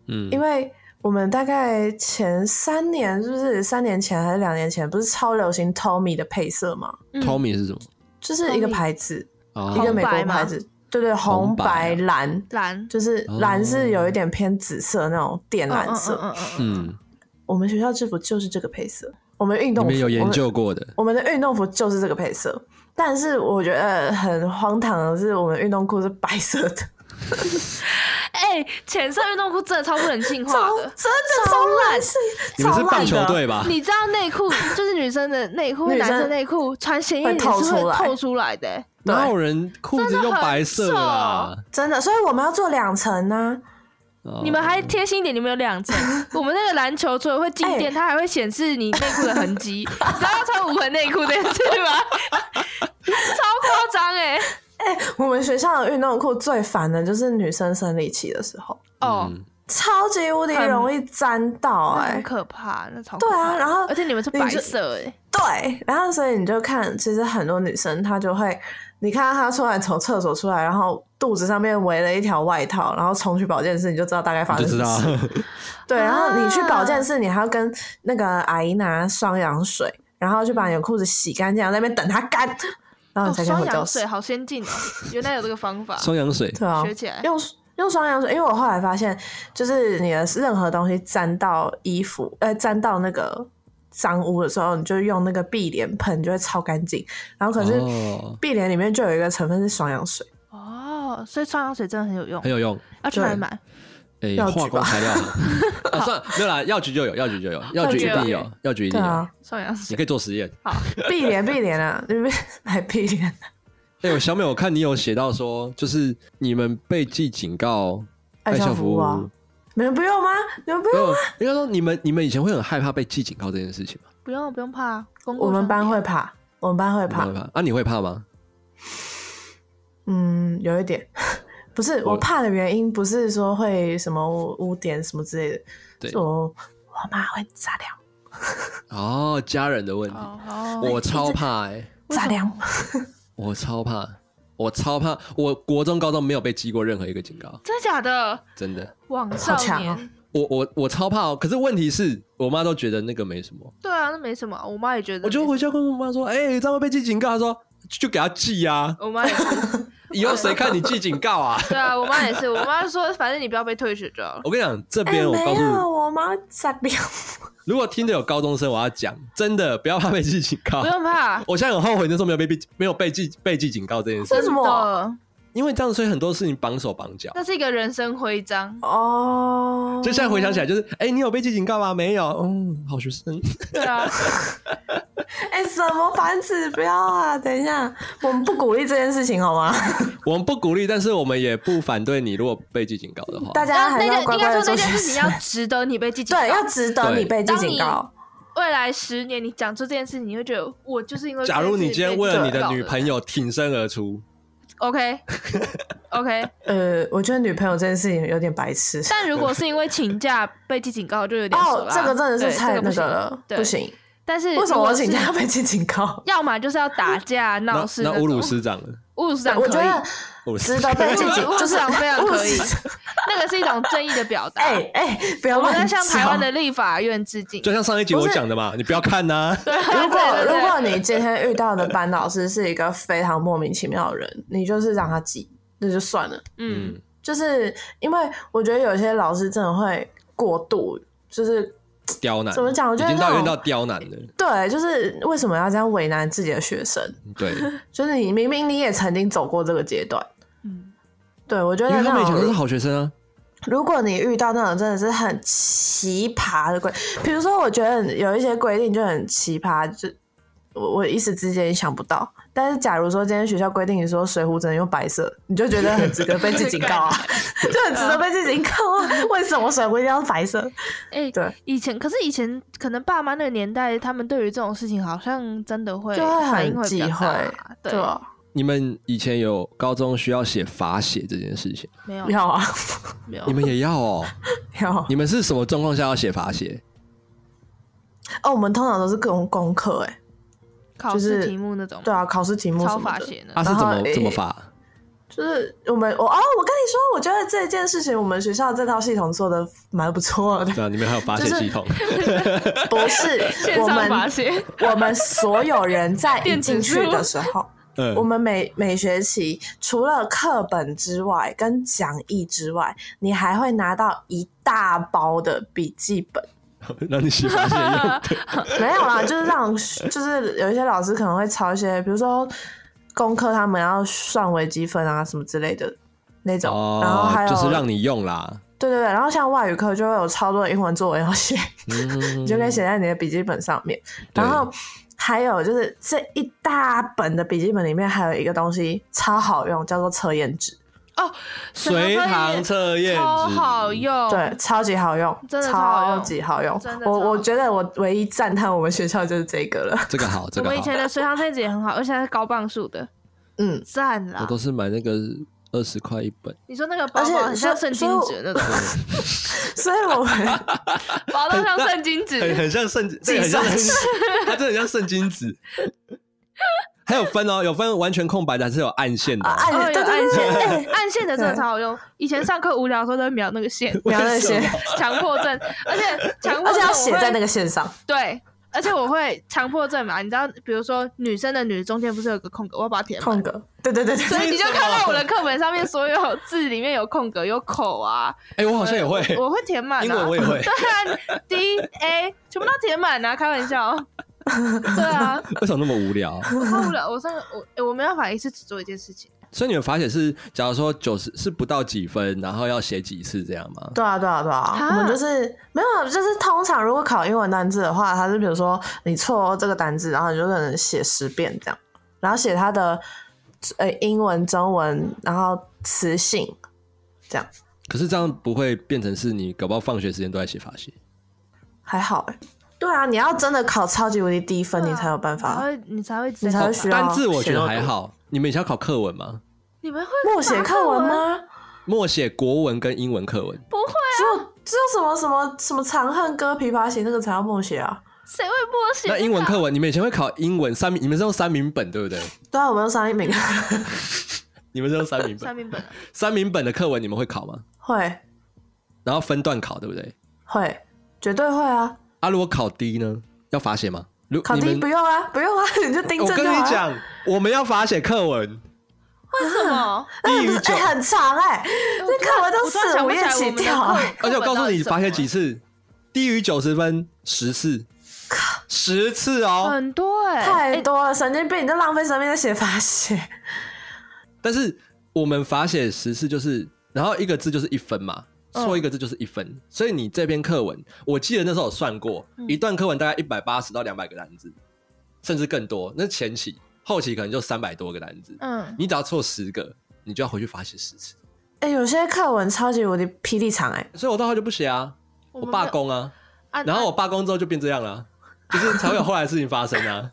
Speaker 1: 嗯，
Speaker 3: 因为我们大概前三年，是不是三年前还是两年前，不是超流行 Tommy 的配色吗？
Speaker 2: 嗯
Speaker 1: Tommy 是什么？
Speaker 3: 就是一个
Speaker 2: Tommy
Speaker 3: 牌子，
Speaker 1: 哦
Speaker 3: 一个美国
Speaker 2: 红白吗
Speaker 3: 牌子，对对，
Speaker 1: 红
Speaker 3: 红
Speaker 1: 白
Speaker 3: 白
Speaker 1: 啊
Speaker 3: 蓝，
Speaker 2: 蓝，
Speaker 3: 就是
Speaker 1: 哦
Speaker 3: 蓝是有一点偏紫色那种靛蓝色。
Speaker 2: 嗯嗯嗯嗯
Speaker 1: 嗯，
Speaker 3: 我们学校制服就是这个配色，我们运
Speaker 1: 你
Speaker 3: 动服
Speaker 1: 们有研
Speaker 3: 我
Speaker 1: 究
Speaker 3: 们
Speaker 1: 过的
Speaker 3: 我们的运动服就是这个配色。但是我觉得很荒唐的是，我们运动裤是白色的，
Speaker 2: 哎，浅色运动裤 真的超不人性化
Speaker 3: 超
Speaker 2: 的，
Speaker 3: 真的超烂，
Speaker 1: 你们是
Speaker 3: 超烂
Speaker 1: 棒球
Speaker 3: 的
Speaker 1: 队吧？
Speaker 2: 你知道内裤 就是女生的内裤，
Speaker 3: 女
Speaker 2: 男
Speaker 3: 生
Speaker 2: 生内裤穿显一
Speaker 3: 会
Speaker 2: 点是
Speaker 3: 透
Speaker 2: 会
Speaker 3: 出来
Speaker 2: 透出来的、欸。
Speaker 1: 哪有人裤子用白色
Speaker 2: 真的
Speaker 1: 啦
Speaker 2: 很？
Speaker 3: 真的，所以我们要做两层啊呢、
Speaker 1: 哦
Speaker 2: 你们还贴心一点，你们有两 层。我们那个篮球除了会静电，
Speaker 3: 哎
Speaker 2: 它还会显示你内裤的痕迹。你 知道要穿无痕内裤这件事吗？超夸张哎！
Speaker 3: 我们学校的运动裤最烦的就是女生生理期的时候，
Speaker 2: 哦，
Speaker 1: 嗯
Speaker 3: 超级无敌
Speaker 2: 很
Speaker 3: 容易沾到
Speaker 2: 那
Speaker 3: 哎、
Speaker 2: 很可怕，那超可
Speaker 3: 对
Speaker 2: 怕
Speaker 3: 啊，然后
Speaker 2: 而且你们是
Speaker 3: 你
Speaker 2: 白
Speaker 3: 就
Speaker 2: 色哎、
Speaker 3: 对，然后所以你就看，其实很多女生她就会，你看到她出来从厕所出来，然后肚子上面围了一条外套，然后冲去保健室，你就知道大概发
Speaker 1: 你就
Speaker 3: 生什
Speaker 1: 知道
Speaker 3: 么事。对，然后你去保
Speaker 2: 啊
Speaker 3: 健室，你还要跟那个阿姨拿双氧水，然后去把你的裤子洗干净，然后在那边等它干，
Speaker 2: 哦，
Speaker 3: 然后啊你才可以
Speaker 2: 双
Speaker 3: 回教
Speaker 2: 氧
Speaker 3: 室。
Speaker 2: 水好先进哦，原来有这个方法，
Speaker 1: 双氧水。
Speaker 3: 对啊，
Speaker 2: 学起来
Speaker 3: 用用双氧水，因为我后来发现，就是你的任何东西沾到衣服，呃，沾到那个脏污的时候，你就用那个碧莲喷，就会超干净。然后可是
Speaker 1: 哦
Speaker 3: 碧莲里面就有一个成分是双氧水，
Speaker 2: 哦，所以双氧水真的很有用
Speaker 3: 哎
Speaker 1: 很，有用。
Speaker 2: 要去哪里买？
Speaker 1: 诶、
Speaker 3: 药局
Speaker 1: 化工
Speaker 3: 吧
Speaker 1: 材 料啊，算了，没有啦，药局就有，药局就有，药局一定有，药局一
Speaker 3: 对
Speaker 1: 定有
Speaker 3: 啊，，
Speaker 2: 双氧
Speaker 1: 你
Speaker 2: 水
Speaker 1: 可以做实验。
Speaker 3: 碧 莲碧莲啊，你们买碧 莲，
Speaker 1: 哎、我小美，我看你有写到说，就是你们被记警告
Speaker 3: 爱笑服务啊
Speaker 1: 务，
Speaker 3: 你们不用吗？你们不
Speaker 1: 没
Speaker 3: 用？
Speaker 1: 有，应该说你们你们以前会很害怕被记警告这件事情吗？
Speaker 2: 不用不用怕，公过
Speaker 3: 我们
Speaker 2: 生
Speaker 3: 班
Speaker 2: 病
Speaker 3: 会怕，我们班会
Speaker 1: 你
Speaker 3: 怕
Speaker 1: 们，会怕啊？你会怕吗？
Speaker 3: 嗯，有一点。 不是
Speaker 1: 我
Speaker 3: 我怕的原因，不是说会什么污点什么之类的，
Speaker 1: 对
Speaker 3: 是，我我妈会炸掉。
Speaker 1: 哦，家人的问题，
Speaker 2: 哦哦，
Speaker 1: 我超怕哎、
Speaker 2: 为什
Speaker 3: 炸
Speaker 2: 么
Speaker 3: 掉，
Speaker 1: 我超怕，我超怕，我国中高中没有被记过任何一个警告，
Speaker 2: 真的假的？
Speaker 1: 真的，
Speaker 2: 网
Speaker 3: 好
Speaker 2: 少
Speaker 3: 强哦
Speaker 2: 年，
Speaker 1: 我我我超怕哦。可是问题是我妈都觉得那个没什么，
Speaker 2: 对啊，那没什么，我妈也觉得没
Speaker 1: 我
Speaker 2: 什
Speaker 1: 就
Speaker 2: 么，
Speaker 1: 回家跟我妈说，哎、这样会被记警告，她说就给她记啊，
Speaker 2: 我妈也是，
Speaker 1: 以后谁看你记警告啊？
Speaker 2: 对啊，我妈也是，我妈说反正你不要被退学就 好了。
Speaker 1: 我跟你讲，这
Speaker 3: 哎、
Speaker 1: 边我
Speaker 3: 没
Speaker 1: 告诉你
Speaker 3: 有，，我妈会炸 掉。
Speaker 1: 如果听着有高中生，我要讲，真的不要怕被记警告
Speaker 2: 不。用怕，
Speaker 1: 我现在很后悔那时候没有被被没有被记被记警告这件事，
Speaker 3: 为
Speaker 2: 真
Speaker 3: 什
Speaker 2: 的
Speaker 3: 么，
Speaker 1: 因为这样所以很多事情绑手绑脚。
Speaker 2: 那是一个人生徽章。
Speaker 3: 哦，
Speaker 1: 就现在回想起来，就是哎、你有被记警告吗？没有，嗯，好学生。
Speaker 2: 对 啊，
Speaker 3: 哎、什么反指标啊？等一下，我们不鼓励这件事情好吗？
Speaker 1: 哦我们不鼓励，但是我们也不反对你，如果被记警告的话，
Speaker 3: 大
Speaker 2: 那
Speaker 3: 家还
Speaker 2: 那
Speaker 3: 是要
Speaker 2: 件
Speaker 3: 乖
Speaker 2: 应该
Speaker 3: 乖
Speaker 2: 说
Speaker 3: 的
Speaker 2: 那
Speaker 3: 做
Speaker 2: 件
Speaker 3: 学
Speaker 2: 事情
Speaker 3: 生
Speaker 2: 要。值得你被记警告。
Speaker 3: 对，要值得
Speaker 1: 对
Speaker 3: 你被记
Speaker 2: 当
Speaker 3: 警
Speaker 2: 你
Speaker 3: 告。
Speaker 2: 未来十年你讲出这件事情，你会觉得我就是因为这件
Speaker 1: 假
Speaker 2: 事情
Speaker 1: 如
Speaker 2: 被
Speaker 1: 你
Speaker 2: 警告。
Speaker 1: 今天为了你的女
Speaker 2: 友
Speaker 1: 朋友挺身而出，
Speaker 2: ，OK OK，
Speaker 3: 呃，我觉得女朋友这件事情有点 白痴。
Speaker 2: 但如果是因为请假被记警告，就有点扯
Speaker 3: 哦，
Speaker 2: 啦
Speaker 3: 这个真的
Speaker 2: 对
Speaker 3: 是太
Speaker 2: 这
Speaker 3: 那
Speaker 2: 不行
Speaker 3: 个了，
Speaker 2: 对
Speaker 3: 不。行。
Speaker 2: 但是
Speaker 3: 为什么
Speaker 2: 如
Speaker 3: 我
Speaker 2: 果是
Speaker 3: 请假要被记警告？
Speaker 2: 要么就是要打架闹
Speaker 1: 那
Speaker 2: 事
Speaker 1: 那
Speaker 2: 种
Speaker 1: 侮辱师长了，
Speaker 2: 侮辱师长可以，
Speaker 3: 我觉得
Speaker 1: 侮辱师
Speaker 3: 值
Speaker 1: 长
Speaker 3: 得被
Speaker 2: 侮
Speaker 3: 记
Speaker 2: 辱
Speaker 3: 警，
Speaker 2: 侮辱师
Speaker 3: 就是
Speaker 2: 长非 常可以
Speaker 3: 侮辱师，
Speaker 2: 那个是一种正义的表达。
Speaker 3: 哎哎，不要
Speaker 2: 我们在
Speaker 3: 乱
Speaker 2: 向台湾
Speaker 3: 叫
Speaker 2: 的立法院致 敬。
Speaker 1: 就像上一集我讲的嘛，你不要看啊呐、
Speaker 3: 如 果
Speaker 2: 对对对
Speaker 3: 如果你今天遇到的班老师是一个非常莫名其妙的人，你就是让他记，那就算了。
Speaker 2: 嗯
Speaker 1: 嗯，
Speaker 3: 就是因为我觉得有些老师真的会过度，就是
Speaker 1: 刁难
Speaker 3: 怎么讲我
Speaker 1: 已
Speaker 3: 觉得
Speaker 1: 经到
Speaker 3: 那
Speaker 1: 有点
Speaker 3: 种
Speaker 1: 到刁难了。
Speaker 3: 对，就是为什么要这样为难自己的学生？
Speaker 1: 对，
Speaker 3: 就是你明明你也曾经走过这个阶段，
Speaker 2: 嗯，
Speaker 3: 对我觉
Speaker 1: 因
Speaker 3: 得
Speaker 1: 为他
Speaker 3: 那
Speaker 1: 们以前都是
Speaker 3: 种
Speaker 1: 好学生啊。
Speaker 3: 如果你遇到那种真的是很奇葩的规，比如说我觉得有一些规定就很奇葩，就我我一时之间也想不到。但是假如说今天学校规定你说水壶只能用白色，你就觉得很值得被记警告 啊，就很值得被记警告啊。
Speaker 2: 嗯
Speaker 3: 为什么水壶一定要是白色？
Speaker 2: 哎、
Speaker 3: 对
Speaker 2: 以前可是以前可能爸妈那个年代，他们对于这种事情好像真的会
Speaker 3: 就会很
Speaker 2: 反应会比较大
Speaker 3: 忌讳
Speaker 2: 对，
Speaker 3: 啊，
Speaker 1: 你们以前有高中需要写罚写这件事情，
Speaker 2: 没有
Speaker 3: 要啊，
Speaker 2: 没有
Speaker 1: 你，们也要 哦？
Speaker 3: 要啊。
Speaker 1: 你们是什么状况下要写罚写？
Speaker 3: 哦，我们通常都是各种功课，哎，
Speaker 2: 考
Speaker 3: 就是
Speaker 2: 试题目那种，
Speaker 3: 对啊，考试题目什
Speaker 2: 超
Speaker 3: 么
Speaker 2: 法
Speaker 3: 的。
Speaker 2: 写呢
Speaker 1: 啊，是怎
Speaker 3: 然
Speaker 1: 么
Speaker 3: 后
Speaker 1: 怎么罚？
Speaker 3: 就是我们我哦，我跟你说，我觉得这件事情我们学校这套系统做的蛮不错 的。
Speaker 1: 对啊，你们还有罚写
Speaker 3: 就是
Speaker 1: 系统，
Speaker 3: 不是
Speaker 2: 线
Speaker 3: 我
Speaker 2: 上
Speaker 3: 们
Speaker 2: 法写，
Speaker 3: 我们所有人在一
Speaker 2: 电子
Speaker 3: 进去
Speaker 2: 书
Speaker 3: 的时候，
Speaker 1: 嗯
Speaker 3: 我们每每学期除了课本之外，跟讲义之外，你还会拿到一大包的笔记本。
Speaker 1: 让你写罚写 用。
Speaker 3: 没有啦，就是让就是有一些老师可能会抄一些，比如说功课他们要算微积分啊什么之类的那种，
Speaker 1: 哦，
Speaker 3: 然后还有
Speaker 1: 就是让你用啦。
Speaker 3: 对对对，然后像外语课就会有超多的英文作文要写。
Speaker 1: 嗯
Speaker 3: 你就可以写在你的笔记本上面。
Speaker 1: 对
Speaker 3: 然后还有就是这一大本的笔记本里面还有一个东西超好用，叫做测验纸，
Speaker 1: 随堂测验纸
Speaker 2: 超好，用，
Speaker 3: 对，超级好用，
Speaker 2: 哦真的超好
Speaker 3: 超
Speaker 2: 用
Speaker 3: 级好用
Speaker 2: 真。的
Speaker 3: 我
Speaker 2: 超好
Speaker 3: 我
Speaker 2: 用
Speaker 3: 觉得我唯一赞叹我们学校就是这个了。
Speaker 1: 这个好，这
Speaker 2: 我
Speaker 1: 个
Speaker 2: 们以前
Speaker 1: 好。
Speaker 2: 的随堂测验纸也很好，而且还是高磅数的，
Speaker 3: 嗯，
Speaker 2: 赞
Speaker 1: 我
Speaker 2: 啦！
Speaker 1: 都是买那个二十块一本，
Speaker 2: 你说那个包
Speaker 3: 而且
Speaker 2: 包很像
Speaker 3: 所
Speaker 2: 圣
Speaker 3: 以
Speaker 2: 经纸 那种，
Speaker 3: 所以 我们
Speaker 2: 包到像圣经纸，
Speaker 1: 哎很很像圣，这个很像圣经，它真的很像圣经纸。 还有分哦，有分完全空白的，还是有暗线的哦。
Speaker 3: 按
Speaker 2: 哦，有
Speaker 3: 对对
Speaker 2: 暗
Speaker 3: 对
Speaker 2: 线，
Speaker 3: 对
Speaker 2: 哎
Speaker 3: 对，
Speaker 2: 暗线的真的超好用。以前上课无聊的时候都会描那个线，
Speaker 3: 不要
Speaker 1: 为
Speaker 3: 那
Speaker 1: 什么
Speaker 3: 些，
Speaker 2: 强迫症，而且强迫
Speaker 3: 而且
Speaker 2: 症
Speaker 3: 要
Speaker 2: 我
Speaker 3: 写在
Speaker 2: 会
Speaker 3: 那个线上。
Speaker 2: 对，而且我会强迫症嘛，你知道，比如说女生的女中间不是有个空格，我要把它填满
Speaker 3: 空，格，对对对对，
Speaker 2: 所以你就看到我的课本上面所有字里面有空格，有口啊，
Speaker 1: 哎， 我好像也会，
Speaker 2: 我会填满、啊，
Speaker 1: 英文我也会
Speaker 2: 对啊，D A 全部都填满啊，开玩笑。 对啊，
Speaker 1: 为什么那么无聊？
Speaker 2: 我
Speaker 3: 嗯
Speaker 2: 受不了，我上我、欸我没办法一次只做一件事情。
Speaker 1: 所以你们罚写是，假如说九十是不到几分，然后要写几次这样吗？
Speaker 3: 对啊，对啊，对啊，
Speaker 2: 啊
Speaker 3: 我们就是没有，啊就是通常如果考英文单字的话，它是比如说你错这个单字，然后你就可能写十遍这样，然后写它的呃英文、中文，然后词性这样，
Speaker 1: 可是这样不会变成是你搞不好放学时间都在写罚写？
Speaker 3: 还好哎、对啊，你要真的考超级无敌低分，
Speaker 2: 对啊
Speaker 3: 你才有办
Speaker 2: 然
Speaker 3: 法
Speaker 2: 后。你才会直接
Speaker 3: 你才会
Speaker 2: 写
Speaker 3: 学
Speaker 2: 吧
Speaker 3: 到
Speaker 1: 单哦字我觉
Speaker 3: 学
Speaker 1: 得
Speaker 3: 到
Speaker 1: 还
Speaker 3: 多
Speaker 1: 好。你们以前要考课文吗？
Speaker 2: 你们会
Speaker 3: 默写
Speaker 2: 罚
Speaker 3: 课文？吗？
Speaker 1: 默写国文跟英文课文，
Speaker 2: 不会，啊
Speaker 3: 只有只有什么什么什么《长恨歌》《琵琶行》那个才要默写啊？
Speaker 2: 谁会默写？
Speaker 1: 那英文课文你们以前会考英文三明，你们是用三明本对不对？
Speaker 3: 对啊，我们用三一名
Speaker 1: 你们是用三明本，
Speaker 2: 三明本啊
Speaker 1: 三明本的课文你们会考吗？
Speaker 3: 会
Speaker 1: 然后分段考对不对？
Speaker 3: 会绝对会啊！
Speaker 1: 啊，如果考低呢，要罚写吗？如
Speaker 3: 考
Speaker 1: 你
Speaker 3: 低
Speaker 1: 们
Speaker 3: 不用啊，不用啊， 你就盯
Speaker 1: 我
Speaker 3: 着
Speaker 1: 跟
Speaker 3: 就
Speaker 1: 你
Speaker 3: 好啊。
Speaker 1: 讲，我们要罚写课文，
Speaker 2: 为什么？
Speaker 1: 低于
Speaker 3: 哎、
Speaker 1: 九，
Speaker 3: 很长哎、
Speaker 2: 我
Speaker 3: 这课文都
Speaker 2: 我突然想
Speaker 3: 四
Speaker 2: 不起来我
Speaker 3: 五页起
Speaker 2: 们的
Speaker 3: 跳啊
Speaker 2: 课课
Speaker 1: 而且我
Speaker 2: 本
Speaker 1: 告
Speaker 2: 到
Speaker 1: 诉
Speaker 2: 底
Speaker 1: 你
Speaker 2: 是
Speaker 1: 罚写
Speaker 2: 什么
Speaker 1: 几次，低于九十分十次，十次哦。
Speaker 2: 很多哎、
Speaker 3: 太
Speaker 2: 哎
Speaker 3: 多了，神经病！你就浪费生命在写罚写。
Speaker 1: 但是我们罚写十次就是，然后一个字就是一分嘛，
Speaker 2: 嗯
Speaker 1: 错一个字就是一分。所以你这篇课文，我记得那时候有算过，
Speaker 2: 嗯
Speaker 1: 一段课文大概一百八十到两百个单字，甚至更多。那前期、后期可能就三百多个单字。
Speaker 2: 嗯，
Speaker 1: 你只要错十个，你就要回去罚写十次。
Speaker 3: 哎、有些课文超级无敌霹雳长哎、
Speaker 1: 所以我到后来就不写啊，
Speaker 2: 我
Speaker 1: 我
Speaker 2: 们
Speaker 1: 罢
Speaker 2: 没有
Speaker 1: 工啊。
Speaker 2: 啊
Speaker 1: 然后我罢工之后就变这样了啊，就是才会有后来的事情发生啊。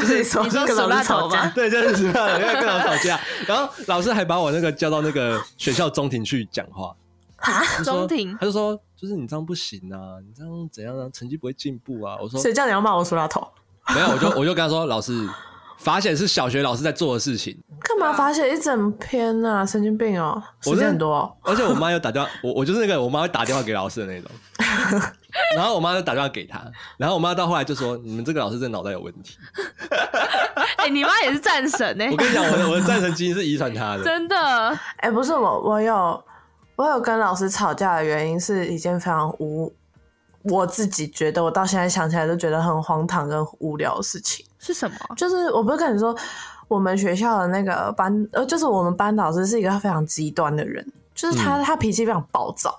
Speaker 3: 就是 你说
Speaker 2: 你说
Speaker 3: 跟老
Speaker 2: 手拉
Speaker 3: 师吵
Speaker 2: 头
Speaker 3: 架
Speaker 2: 吗，
Speaker 1: 对，就是吃饭了，因为跟老师吵架，然后老师还把我那个叫到那个学校中庭去讲 话。
Speaker 3: 哈，
Speaker 1: 他就说
Speaker 2: 中庭
Speaker 1: 他就说，就是你这样不行啊，你这样怎样啊，成绩不会进步啊。我说
Speaker 3: 谁叫你要骂我苏拉头？
Speaker 1: 没有，我就我就跟他说，老师，罚写是小学老师在做的事情。
Speaker 3: 干嘛罚写一整篇啊？神经病哦、
Speaker 1: 我
Speaker 3: 时
Speaker 1: 真
Speaker 3: 间
Speaker 1: 的
Speaker 3: 很多、哦。
Speaker 1: 而且我妈又打电话，我我就是那个我妈会打电话给老师的 那种，然后我妈就打电话给他，然后我妈到后来就说，你们这个老师真的脑袋有问题。
Speaker 2: 哎、你妈也是战神哎、
Speaker 1: 我跟你讲，我的我的战神基因是遗传他的。
Speaker 2: 真的，
Speaker 3: 哎、不是我，我有我有跟老师吵架的原因是一件非常无，我自己觉得我到现在想起来都觉得很荒唐跟无聊的事情。
Speaker 2: 是什么？
Speaker 3: 就是我不是跟你说，我们学校的那个班，呃，就是我们班导师是一个非常极端的人，就是他、
Speaker 1: 嗯
Speaker 3: 他脾气非常暴躁，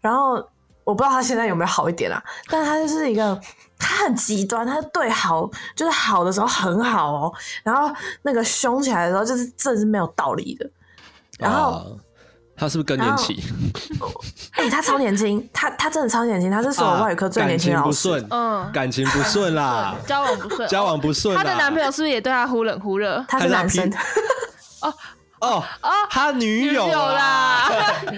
Speaker 3: 然后我不知道他现在有没有好一点啊，但他就是一个他很极端，他对好就是好的时候很好哦，然后那个凶起来的时候就是真的是没有道理的。然后
Speaker 1: 啊他是不是更年期？
Speaker 3: 哎、他超年轻，他他真的超年轻，他是所有外语科最年轻的
Speaker 1: 啊感情
Speaker 3: 老
Speaker 1: 不
Speaker 3: 师。
Speaker 1: 顺，
Speaker 2: 嗯
Speaker 1: 感情不顺啦，
Speaker 2: 交往不顺，
Speaker 1: 交往不顺啦。啊
Speaker 2: 她嗯的男朋友是不是也对她忽冷忽热？
Speaker 3: 他是男生，
Speaker 1: 哦
Speaker 2: 哦
Speaker 1: 他女友
Speaker 2: 啦，
Speaker 1: 啦，
Speaker 2: 还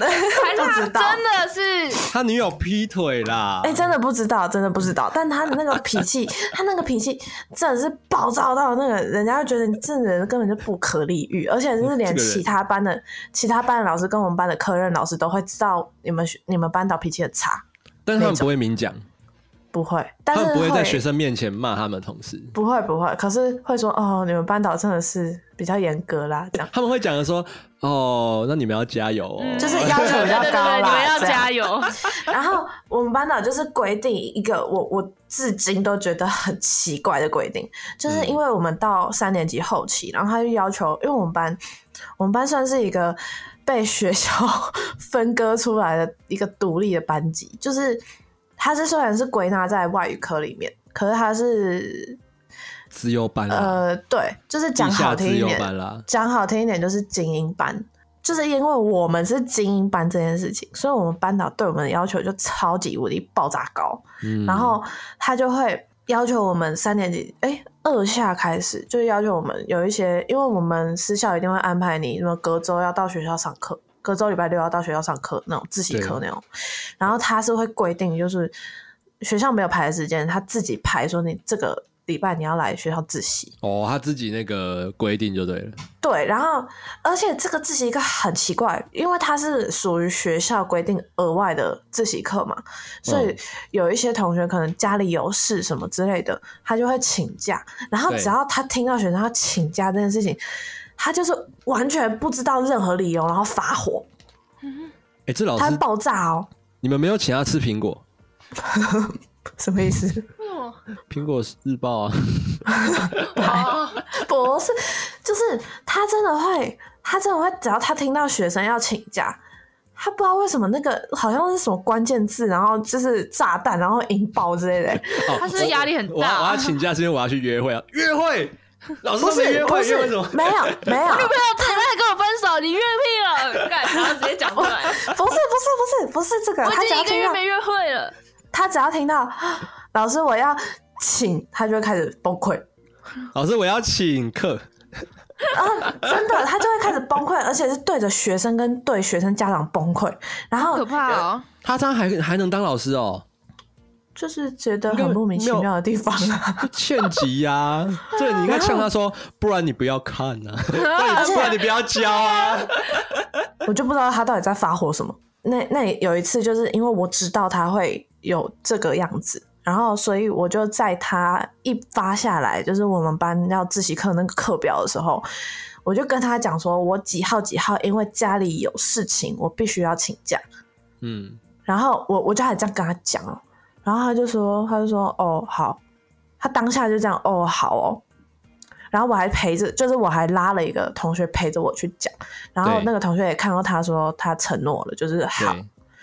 Speaker 3: 不
Speaker 2: 是
Speaker 3: 知道
Speaker 2: 她真的是
Speaker 1: 他女友劈腿啦。
Speaker 3: 哎、真的不知道，真的不知
Speaker 1: 嗯
Speaker 3: 道。但他的那个 脾气，他那个脾气真的是暴躁到那个人家会觉得你这人根本就不可理喻，而且就是连
Speaker 1: 这个人
Speaker 3: 其他班
Speaker 1: 嗯
Speaker 3: 的其他班的老师跟我们班的科任老师都会知道你们学你们班导脾气很差，
Speaker 1: 但是他们不会明讲，
Speaker 3: 不会，但
Speaker 1: 他
Speaker 3: 是
Speaker 1: 们不会在学生面前骂他们同事，
Speaker 3: 不会不会，可是会说哦，你们班导真的是比较严格啦，这样。
Speaker 1: 他们会讲的说：“哦，那你们要加油哦。”
Speaker 3: 就是要求比较高
Speaker 2: 嗯对对
Speaker 3: 啦
Speaker 2: 对对你们要
Speaker 3: 这 样
Speaker 2: 加油。
Speaker 3: 然后我们班导就是规定一个我我至今都觉得很奇怪的规定，
Speaker 1: 嗯
Speaker 3: 就是因为我们到三年级后期，然后他就要求，因为我们班我们班算是一个被学校分割出来的一个独立的班级，就是它是虽然是归纳在外语科里面，可是它是
Speaker 1: 自由班啦，
Speaker 3: 呃对，就是讲
Speaker 1: 嗯地
Speaker 3: 好
Speaker 1: 下
Speaker 3: 听
Speaker 1: 自
Speaker 3: 一
Speaker 1: 由
Speaker 3: 点，
Speaker 1: 班啦，
Speaker 3: 讲好听一点就是精英班，就是因为我们是精英班这件事情，所以我们班导对我们的要求就超级无敌爆炸高，
Speaker 1: 嗯，
Speaker 3: 然后他就会要求我们三年级，哎，二下开始就要求我们有一些，因为我们私校一定会安排你什么隔周要到学校上课，隔周礼拜六要到学校上课那种自习课那种，然后他是会规定就是学校没有排的时间，他自己排说你这个。礼拜你要来学校自习。
Speaker 1: 哦，他自己那个规定就对了。
Speaker 3: 对，然后而且这个自习课很奇怪，因为它是属于学校规定额外的自习课嘛，所以有一些同学可能家里有事什么之类的，他就会请假。然后
Speaker 1: 对
Speaker 3: 只要他听到学生要请假这件事情，他就是完全不知道任何理由，然后发火，
Speaker 1: 哎、这老
Speaker 3: 他会
Speaker 1: 师，
Speaker 3: 爆炸哦，
Speaker 1: 你们没有请他吃苹果？
Speaker 3: 什么意思？
Speaker 2: 为什么？
Speaker 1: 苹果日报啊，
Speaker 2: 哦，
Speaker 3: 不是，就是他真的会，他真的会，只要他听到学生要请假，他不知道为什么那个好像是什么关键字，然后就是炸弹，然后引爆之类的。
Speaker 1: 哦
Speaker 2: 他是不是压力很
Speaker 1: 我
Speaker 2: 大啊
Speaker 1: 要我要请假是因为我要去约会啊，约会。老师
Speaker 3: 不
Speaker 1: 说没
Speaker 3: 是
Speaker 1: 约
Speaker 3: 不
Speaker 1: 会，
Speaker 3: 是
Speaker 1: 约会什么？，
Speaker 3: 没有没 有，
Speaker 2: 不要谈恋爱跟我分手，你越屁了，干，然后直接讲出 来，
Speaker 3: 不是不是不是不是这个，
Speaker 2: 我
Speaker 3: 他
Speaker 2: 已
Speaker 3: 只
Speaker 2: 经
Speaker 3: 要
Speaker 2: 一个
Speaker 3: 听
Speaker 2: 月
Speaker 3: 到
Speaker 2: 没约会了。
Speaker 3: 他只要听到啊老师我要请，他就会开始崩溃。
Speaker 1: 老师我要请客。
Speaker 3: 真的，他就会开始崩溃，而且是对着学生跟对学生家长崩溃，然后
Speaker 2: 可怕哦！
Speaker 1: 他这样还还能当老师哦？
Speaker 3: 就是觉得很莫名其妙的地方啊。
Speaker 1: 就欠急呀、 这你应该呛他说，不然你不要看 啊，不然
Speaker 3: 而
Speaker 1: 你
Speaker 3: 且
Speaker 1: 不然你不要教啊。
Speaker 3: 我就不知道他到底在发火什么。那那有一次，就是因为我知道他会有这个样子，然后所以我就在他一发下来，就是我们班要自习课那个课表的时候，我就跟他讲说，我几号几号，因为家里有事情，我必须要请假。
Speaker 1: 嗯，
Speaker 3: 然后我我就还这样跟他讲哦，然后他就说他就说哦好，他当下就这样哦好哦，然后我还陪着，就是我还拉了一个同学陪着我去讲，然后
Speaker 1: 对
Speaker 3: 那个同学也看到他说他承诺了，就是好，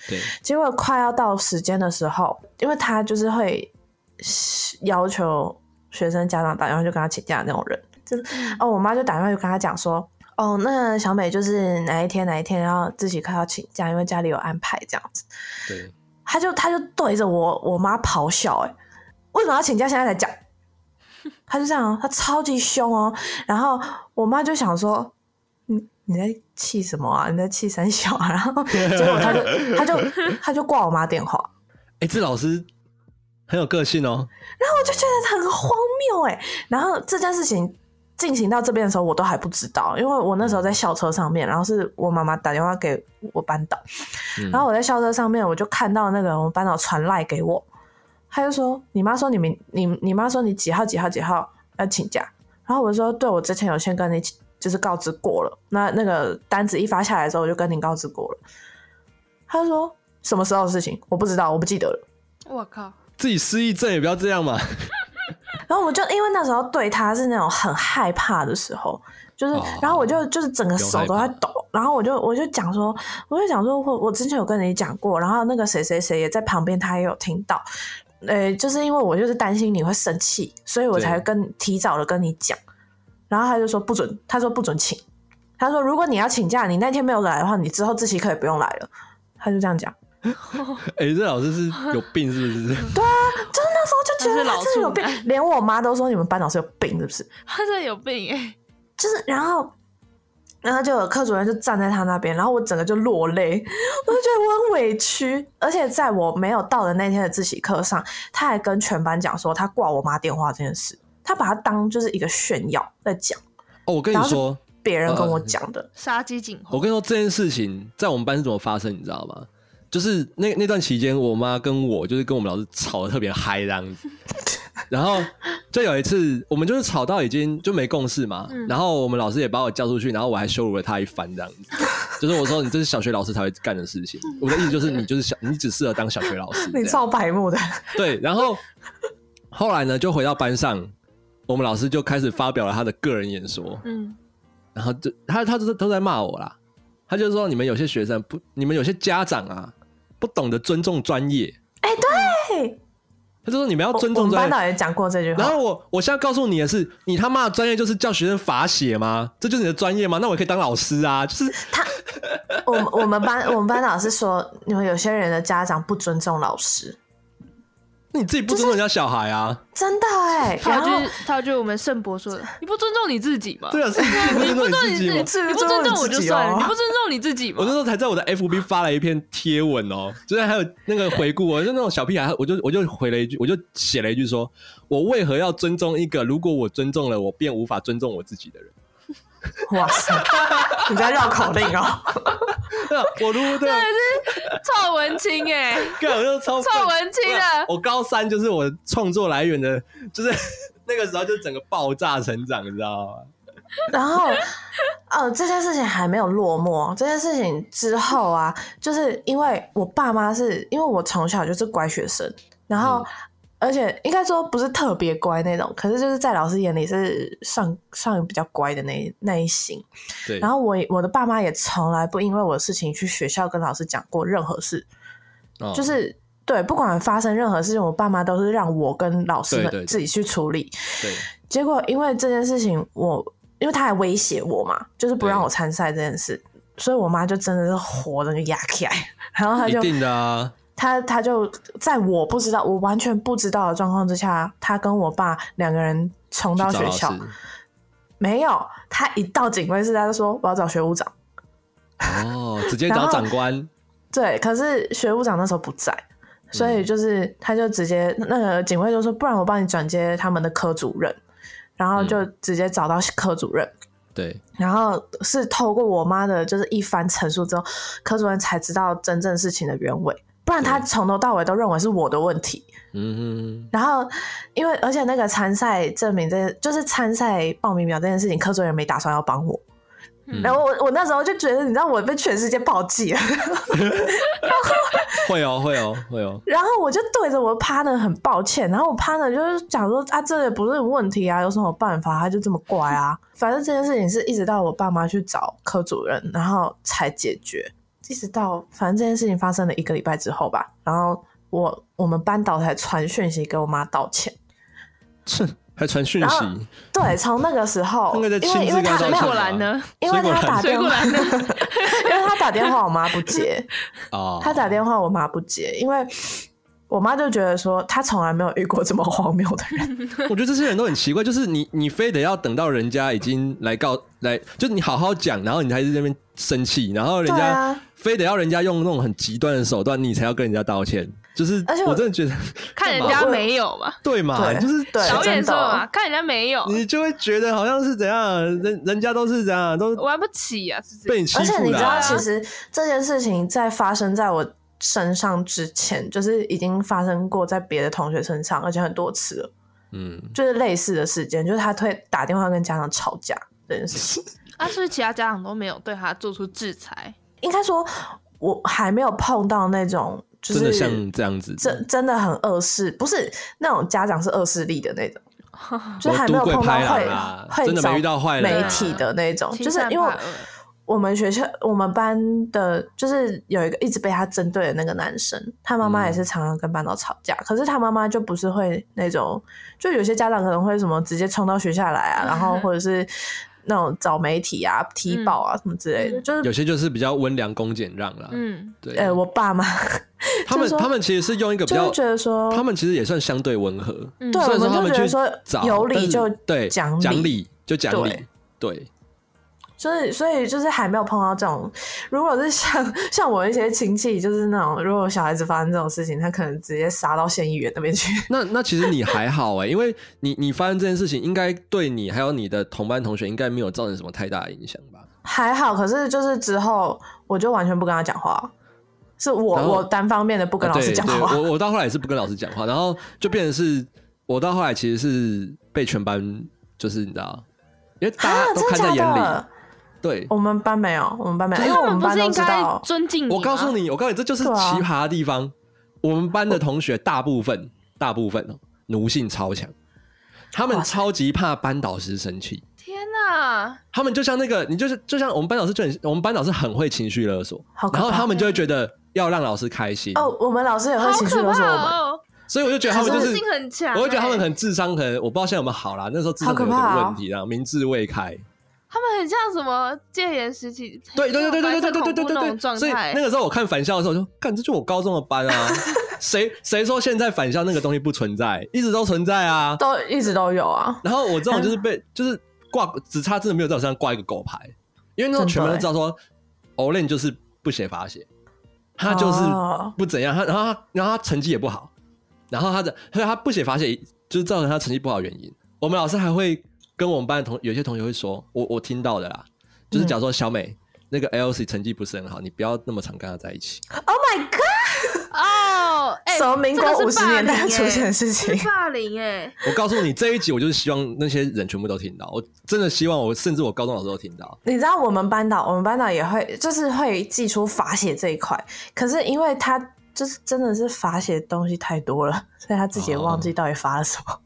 Speaker 1: 对对，
Speaker 3: 结果快要到时间的时候，因为他就是会要求学生家长打电话就跟他请假的那种人，就是哦，我妈就打电话就跟他讲说，哦，那小美就是哪一天哪一天要自习课要请假，因为家里有安排这样子。
Speaker 1: 对，
Speaker 3: 他就他就对着我我妈咆哮、欸，哎，为什么要请假现在才讲？他就这样哦，他超级凶哦。然后我妈就想说，你你在气什么啊？你在气三小啊？然 后结果他就他就他就挂我妈电话，
Speaker 1: 哎、这老师很有个性哦。
Speaker 3: 然后我就觉得很荒谬哎、然后这件事情进行到这边的时候，我都还不知道，因为我那时候在校车上面，然后是我妈妈打电话给我班导，
Speaker 1: 嗯
Speaker 3: 然后我在校车上面，我就看到那个我们班导传赖给我，他就说：“你妈说你明你你妈说你几号几号几号要请假。”然后我就说：“对，我之前有先跟你就是告知过了。那那个单子一发下来的时候，我就跟你告知过了。”他就说：“什么时候的事情？我不知道，我不记得了。”
Speaker 2: 我靠，
Speaker 1: 自己失忆症也不要这样嘛。
Speaker 3: 然后我就因为那时候对他是那种很害怕的时候，就是，
Speaker 1: 哦
Speaker 3: 然后我就就是整个手都在抖，然后我就我就讲说，我就讲说我我之前有跟你讲过，然后那个谁谁谁也在旁边，他也有听到，呃，就是因为我就是担心你会生气，所以我才
Speaker 1: 对
Speaker 3: 跟提早的跟你讲，然后他就说不准，他说不准请，他说如果你要请假，你那天没有来的话，你之后自习课也不用来了，他就这样讲。
Speaker 1: 哎、这老师是有病是 不是？
Speaker 3: 就是那时候就觉
Speaker 2: 他
Speaker 3: 得
Speaker 2: 是
Speaker 3: 他
Speaker 2: 老
Speaker 3: 真的有
Speaker 2: 处
Speaker 3: 病
Speaker 2: 男，
Speaker 3: 连我妈都说你们班老师有病是不是？
Speaker 2: 他真的有病哎！
Speaker 3: 就是然后，然后就有课主任就站在他那边，然后我整个就落泪，我就觉得我很委屈。而且在我没有到的那天的自习课上，他还跟全班讲说他挂我妈电话这件事，他把它当就是一个炫耀在讲，
Speaker 1: 哦，我跟你
Speaker 3: 然后
Speaker 1: 说，
Speaker 3: 别人
Speaker 1: 呃
Speaker 3: 跟我讲的。
Speaker 2: 杀鸡儆猴
Speaker 1: 我，跟你说这件事情在我们班是怎么发生，你知道吗？就是那那段期间，我妈跟我就是跟我们老师吵得特别嗨这样子，然后就有一次我们就是吵到已经就没共识嘛，然后我们老师也把我叫出去，然后我还羞辱了他一番这样子，就是我说你这是小学老师才会干的事情，我的意思就是你就是小你只适合当小学老 师，
Speaker 3: 你
Speaker 1: 这样
Speaker 3: 超白 目的，
Speaker 1: 对，然后后来呢就回到班上，我们老师就开始发表了他的个人演说，
Speaker 2: 嗯，
Speaker 1: 然后就他他就是都在骂我啦，他就说你们有些学生不，你们有些家长啊，不懂得尊重专业，
Speaker 3: 嘿，
Speaker 1: 他就说你们要
Speaker 3: 我
Speaker 1: 尊
Speaker 3: 我
Speaker 1: 重
Speaker 3: 们
Speaker 1: 专
Speaker 3: 班
Speaker 1: 业。
Speaker 3: 导也讲过这句
Speaker 1: 然
Speaker 3: 话
Speaker 1: 后。我我现在告诉你的是，你他妈的专业就是叫学生罚写吗？这就是你的专业吗？那我也可以当老师啊，就是
Speaker 3: 我们我们班我们班导是说，你们有些人的家长不尊重老师，
Speaker 1: 那你自己不尊重人家小孩啊？
Speaker 3: 真的哎、
Speaker 2: 套
Speaker 3: 然 后
Speaker 2: 句套句我们盛博说的，你不尊重你自己吗？
Speaker 1: 对啊， 是你不尊重
Speaker 2: 你
Speaker 1: 你自己吗？
Speaker 2: 你不尊重我就算了，
Speaker 3: 自己哦
Speaker 2: 你不尊重你自己吗
Speaker 1: 我那？时候才在我的 FB 发了一篇贴文哦，就是还有那个回顾哦，就那种小屁孩，我就我就回了一句，我就写了一句说，我为何要尊重一个如果我尊重了，我便无法尊重我自己的人？
Speaker 3: 哇塞，你在绕口令哦。
Speaker 1: 对啊， 我如果对啊，
Speaker 2: 臭文青哎、
Speaker 1: 干我就超愤
Speaker 2: 臭文青
Speaker 1: 不是
Speaker 2: 了
Speaker 1: 我高三就是我创作来源的，就是 那个时候就整个爆炸成长，你知道吗？
Speaker 3: 然后，呃，这件事情还没有落幕。哦这件事情之后啊，就是因为我爸妈是因为我从小就是乖学生，然后、
Speaker 1: 嗯
Speaker 3: 而且应该说不是特别乖那种，可是就是在老师眼里是上上比较乖的那一那一型。
Speaker 1: 对，
Speaker 3: 然后我也我的爸妈也从来不因为我的事情去学校跟老师讲过任何事，
Speaker 1: 哦
Speaker 3: 就是对，不管发生任何事情，我爸妈都是让我跟老师
Speaker 1: 对
Speaker 3: 们
Speaker 1: 对对
Speaker 3: 自己去处理。
Speaker 1: 对
Speaker 3: 结果因为这件事情我，因为他还威胁我嘛，就是不
Speaker 1: 对
Speaker 3: 让我参赛这件事，所以我妈就真的是活的就压起来， 然后她
Speaker 1: 一
Speaker 3: 就
Speaker 1: 定的啊，
Speaker 3: 她她就在我不知道我完全不知道的状况之下，她跟我爸两个人冲
Speaker 1: 去
Speaker 3: 到
Speaker 1: 找
Speaker 3: 学
Speaker 1: 老师
Speaker 3: 校，没有，她一到警卫室，她就说我要找学务长。
Speaker 1: 哦，直接
Speaker 3: 然
Speaker 1: 找
Speaker 3: 后
Speaker 1: 长官，
Speaker 3: 对，可是学务长那时候不在，
Speaker 1: 嗯
Speaker 3: 所以就是他就直接那个警卫就说，不然我帮你转接他们的科主任，然后
Speaker 1: 嗯
Speaker 3: 就直接找到科主任，
Speaker 1: 对，
Speaker 3: 然后是透过我妈的就是一番陈述之后，科主任才知道真正事情的原委，不然他
Speaker 1: 对
Speaker 3: 从头到尾都认为是我的问题。
Speaker 1: 嗯
Speaker 3: 然后因为而且那个参赛证明这件就是参赛报名表这件事情，科主任没打算要帮我。
Speaker 1: 哼，
Speaker 3: 然后我我那时候就觉得，你知道我被全世界抛弃了，
Speaker 1: 会哦，会哦，会哦，
Speaker 3: 然后我就对着我的 partner 很抱歉，然后我 partner 就是讲说啊，这也不是问题啊，有什么办法？他就这么乖啊。反正这件事情是一直到我爸妈去找科主任，然后才解决，一直到反正这件事情发生了一个礼拜之后吧，然后我我们班导才传讯息给我妈道歉。
Speaker 1: 还传讯
Speaker 3: 然后
Speaker 1: 息。
Speaker 3: 对，从那个时候，
Speaker 1: 嗯那
Speaker 3: 因
Speaker 1: 个在亲
Speaker 3: 为因
Speaker 1: 自
Speaker 3: 为
Speaker 1: 跟他
Speaker 3: 他
Speaker 1: 道
Speaker 2: 水
Speaker 1: 歉
Speaker 2: 果
Speaker 1: 啊
Speaker 3: 没
Speaker 2: 篮呢？
Speaker 3: 有，因为他打
Speaker 2: 水
Speaker 3: 电
Speaker 2: 果
Speaker 3: 话，
Speaker 2: 篮
Speaker 3: 因
Speaker 2: 呢？
Speaker 3: 为他打电话，我妈不接。
Speaker 1: 哦，
Speaker 3: 他打电话，我妈不接，因为我妈就觉得说，她从来没有遇过这么荒谬的人。
Speaker 1: 我觉得这些人都很奇怪，就是你你非得要等到人家已经来告来，就你好好讲，然后你还是在那边生气，然后人
Speaker 3: 对
Speaker 1: 家、
Speaker 3: 啊
Speaker 1: 非得要人家用那种很极端的手段，你才要跟人家道歉，就是
Speaker 3: 而且我
Speaker 1: 我真的觉得
Speaker 2: 看人
Speaker 1: 干
Speaker 2: 家
Speaker 1: 嘛
Speaker 2: 没有嘛，
Speaker 1: 对嘛，
Speaker 3: 对
Speaker 1: 就是
Speaker 2: 导
Speaker 3: 对
Speaker 2: 演哦
Speaker 3: 真的
Speaker 2: 说嘛，看人家没有，
Speaker 1: 哦你就会觉得好像是怎样，人人家都是怎样，都
Speaker 2: 玩不起啊，是不
Speaker 1: 被
Speaker 2: 是？
Speaker 1: 你欺
Speaker 3: 而且你
Speaker 1: 负
Speaker 3: 知
Speaker 1: 了、
Speaker 3: 道，
Speaker 1: 啊。
Speaker 3: 其实这件事情在发生在我身上之前，就是已经发生过在别的同学身上，而且很多次了，
Speaker 1: 嗯，
Speaker 3: 就是类似的事件，就是他会打电话跟家长吵架这件事情。
Speaker 2: 啊，是不是其他家长都没有对他做出制裁？
Speaker 3: 应该说，我还没有碰到那种就
Speaker 1: 真的
Speaker 3: 是
Speaker 1: 像这样子，
Speaker 3: 真真的很恶势，不是那种家长是恶势力的那 种，就是还没有
Speaker 1: 我
Speaker 3: 碰
Speaker 1: 赌
Speaker 3: 到
Speaker 1: 鬼拍狼
Speaker 3: 会
Speaker 1: 啊
Speaker 3: 会
Speaker 1: 真的
Speaker 3: 找
Speaker 1: 没遇到坏人
Speaker 3: 媒
Speaker 1: 啊
Speaker 3: 体的那种，
Speaker 2: 欺
Speaker 3: 就是
Speaker 2: 善
Speaker 3: 因为
Speaker 2: 怕恶
Speaker 3: 我们学校我们班的，就是有一个一直被他针对的那个男生，他妈妈也是常常跟班导吵架，可是他妈妈就不是会那种，就有些家长可能会什么直接冲到学校来
Speaker 1: 嗯
Speaker 3: 啊，然后或者是那种找媒体啊、踢爆啊什么之类的，
Speaker 2: 嗯
Speaker 3: 就是
Speaker 1: 有些就是比较温良恭俭让啦。
Speaker 2: 嗯，
Speaker 1: 对，
Speaker 3: 呃，我爸妈
Speaker 1: 他们
Speaker 3: 就是说
Speaker 1: 他们其实是用一个比
Speaker 3: 就
Speaker 1: 较
Speaker 3: 会觉得说，
Speaker 1: 他们其实也算相对温和，
Speaker 2: 嗯
Speaker 3: 对
Speaker 1: 虽然
Speaker 3: 我们
Speaker 1: 他
Speaker 3: 就
Speaker 1: 们
Speaker 3: 觉
Speaker 1: 去
Speaker 3: 得说
Speaker 1: 找
Speaker 3: 有理
Speaker 1: 但是
Speaker 3: 就
Speaker 1: 对
Speaker 3: 讲
Speaker 1: 讲
Speaker 3: 理
Speaker 1: 理就讲
Speaker 3: 对
Speaker 1: 理，对，
Speaker 3: 就是，所以就是还没有碰到这种。如果是像像我一些亲戚，就是那种，如果小孩子发生这种事情，他可能直接杀到县议员那边去。
Speaker 1: 那那其实你还好哎、因为你你发生这件事情，应该对你还有你的同班同学应该没有造成什么太大的影响吧？
Speaker 3: 还好，可是就是之后我就完全不跟他讲话，是我
Speaker 1: 然后
Speaker 3: 我单方面的不跟
Speaker 1: 啊
Speaker 3: 老师
Speaker 1: 对
Speaker 3: 讲
Speaker 1: 对，
Speaker 3: 话。
Speaker 1: 我我到后来也是不跟老师讲话，然后就变成是我到后来其实是被全班就是你知道，因为大
Speaker 3: 啊
Speaker 1: 家，都
Speaker 3: 真
Speaker 1: 看在眼
Speaker 3: 假
Speaker 1: 里，啊
Speaker 3: 的？哦
Speaker 1: 对。
Speaker 3: 我们班没有，我们班没有，因为
Speaker 2: 他
Speaker 3: 我
Speaker 2: 们
Speaker 3: 们
Speaker 2: 不
Speaker 3: 班
Speaker 2: 是
Speaker 3: 都
Speaker 2: 应
Speaker 3: 知
Speaker 2: 该
Speaker 3: 道。
Speaker 2: 尊敬你？
Speaker 1: 我告诉，你，我告诉你，这就是奇
Speaker 3: 啊对啊
Speaker 1: 葩的地方。我们班的同学大部分大部分哦，奴性超强，他们
Speaker 3: 哇塞
Speaker 1: 超级怕班导师生气。
Speaker 2: 天哪，
Speaker 1: 他们就像那个，你就是就像我们班老师就很，我们班老师很会情绪勒索
Speaker 3: 好，可
Speaker 1: 然
Speaker 3: 怕
Speaker 1: 后他们就会觉得要让老师开心，
Speaker 3: 哦，我们老师也会
Speaker 2: 好
Speaker 3: 情绪
Speaker 2: 可
Speaker 3: 勒索
Speaker 2: 怕
Speaker 3: 我们，
Speaker 2: 哦！
Speaker 1: 所以我就觉得他们就
Speaker 2: 可
Speaker 1: 是
Speaker 2: 是，性很强
Speaker 1: 我就觉得他们
Speaker 2: 欸
Speaker 1: 很智商，可能我不知道现在有没有好啦，那时候智商
Speaker 3: 好
Speaker 1: 可
Speaker 3: 可
Speaker 1: 能有
Speaker 3: 怕
Speaker 1: 点
Speaker 3: 哦
Speaker 1: 问题啦，明智未开。
Speaker 2: 他们很像什么戒严时期？
Speaker 1: 对对对对对对对对对
Speaker 2: 那
Speaker 1: 对
Speaker 2: 种
Speaker 1: 对，
Speaker 2: 状
Speaker 1: 所以
Speaker 2: 态
Speaker 1: 那。个时候我看返校的时候，我说，干这就我高中的班啊，谁谁说现在返校那个东西不存在？一直都存在 啊。
Speaker 3: 都一直都有啊。
Speaker 1: 然后我这种就是被就是挂，只差真的没有在我身上挂一个狗牌，因为那时候全部都知道说 o l e n 就是不写罚写，他就是
Speaker 3: 哦
Speaker 1: 不怎样，他然后他然后他成绩也不好，然后他的所以他不写罚写就是造成他成绩不好的原因。我们老师还会跟我们班的同有些同学会说，我我听到的啦，就是
Speaker 3: 嗯
Speaker 1: 假如说小美。那个 L C 成绩不是很好，你不要那么常跟他在一起。
Speaker 3: Oh my god！
Speaker 2: 哦，哎，
Speaker 3: 什么民国
Speaker 2: 这个
Speaker 3: 五
Speaker 2: 是
Speaker 3: 十
Speaker 2: 霸
Speaker 3: 年代
Speaker 2: 凌欸
Speaker 3: 出现的事情
Speaker 2: 这？是霸凌哎，
Speaker 1: 我告诉你，这一集我就是希望那些人全部都听到。我真的希望我，甚至我高中老师都听到。
Speaker 3: 你知道我们班导，我们班导也会就是会寄出罚写这一块，可是因为他就是真的是罚写的东西太多了，所以他自己也忘记到底罚了什么。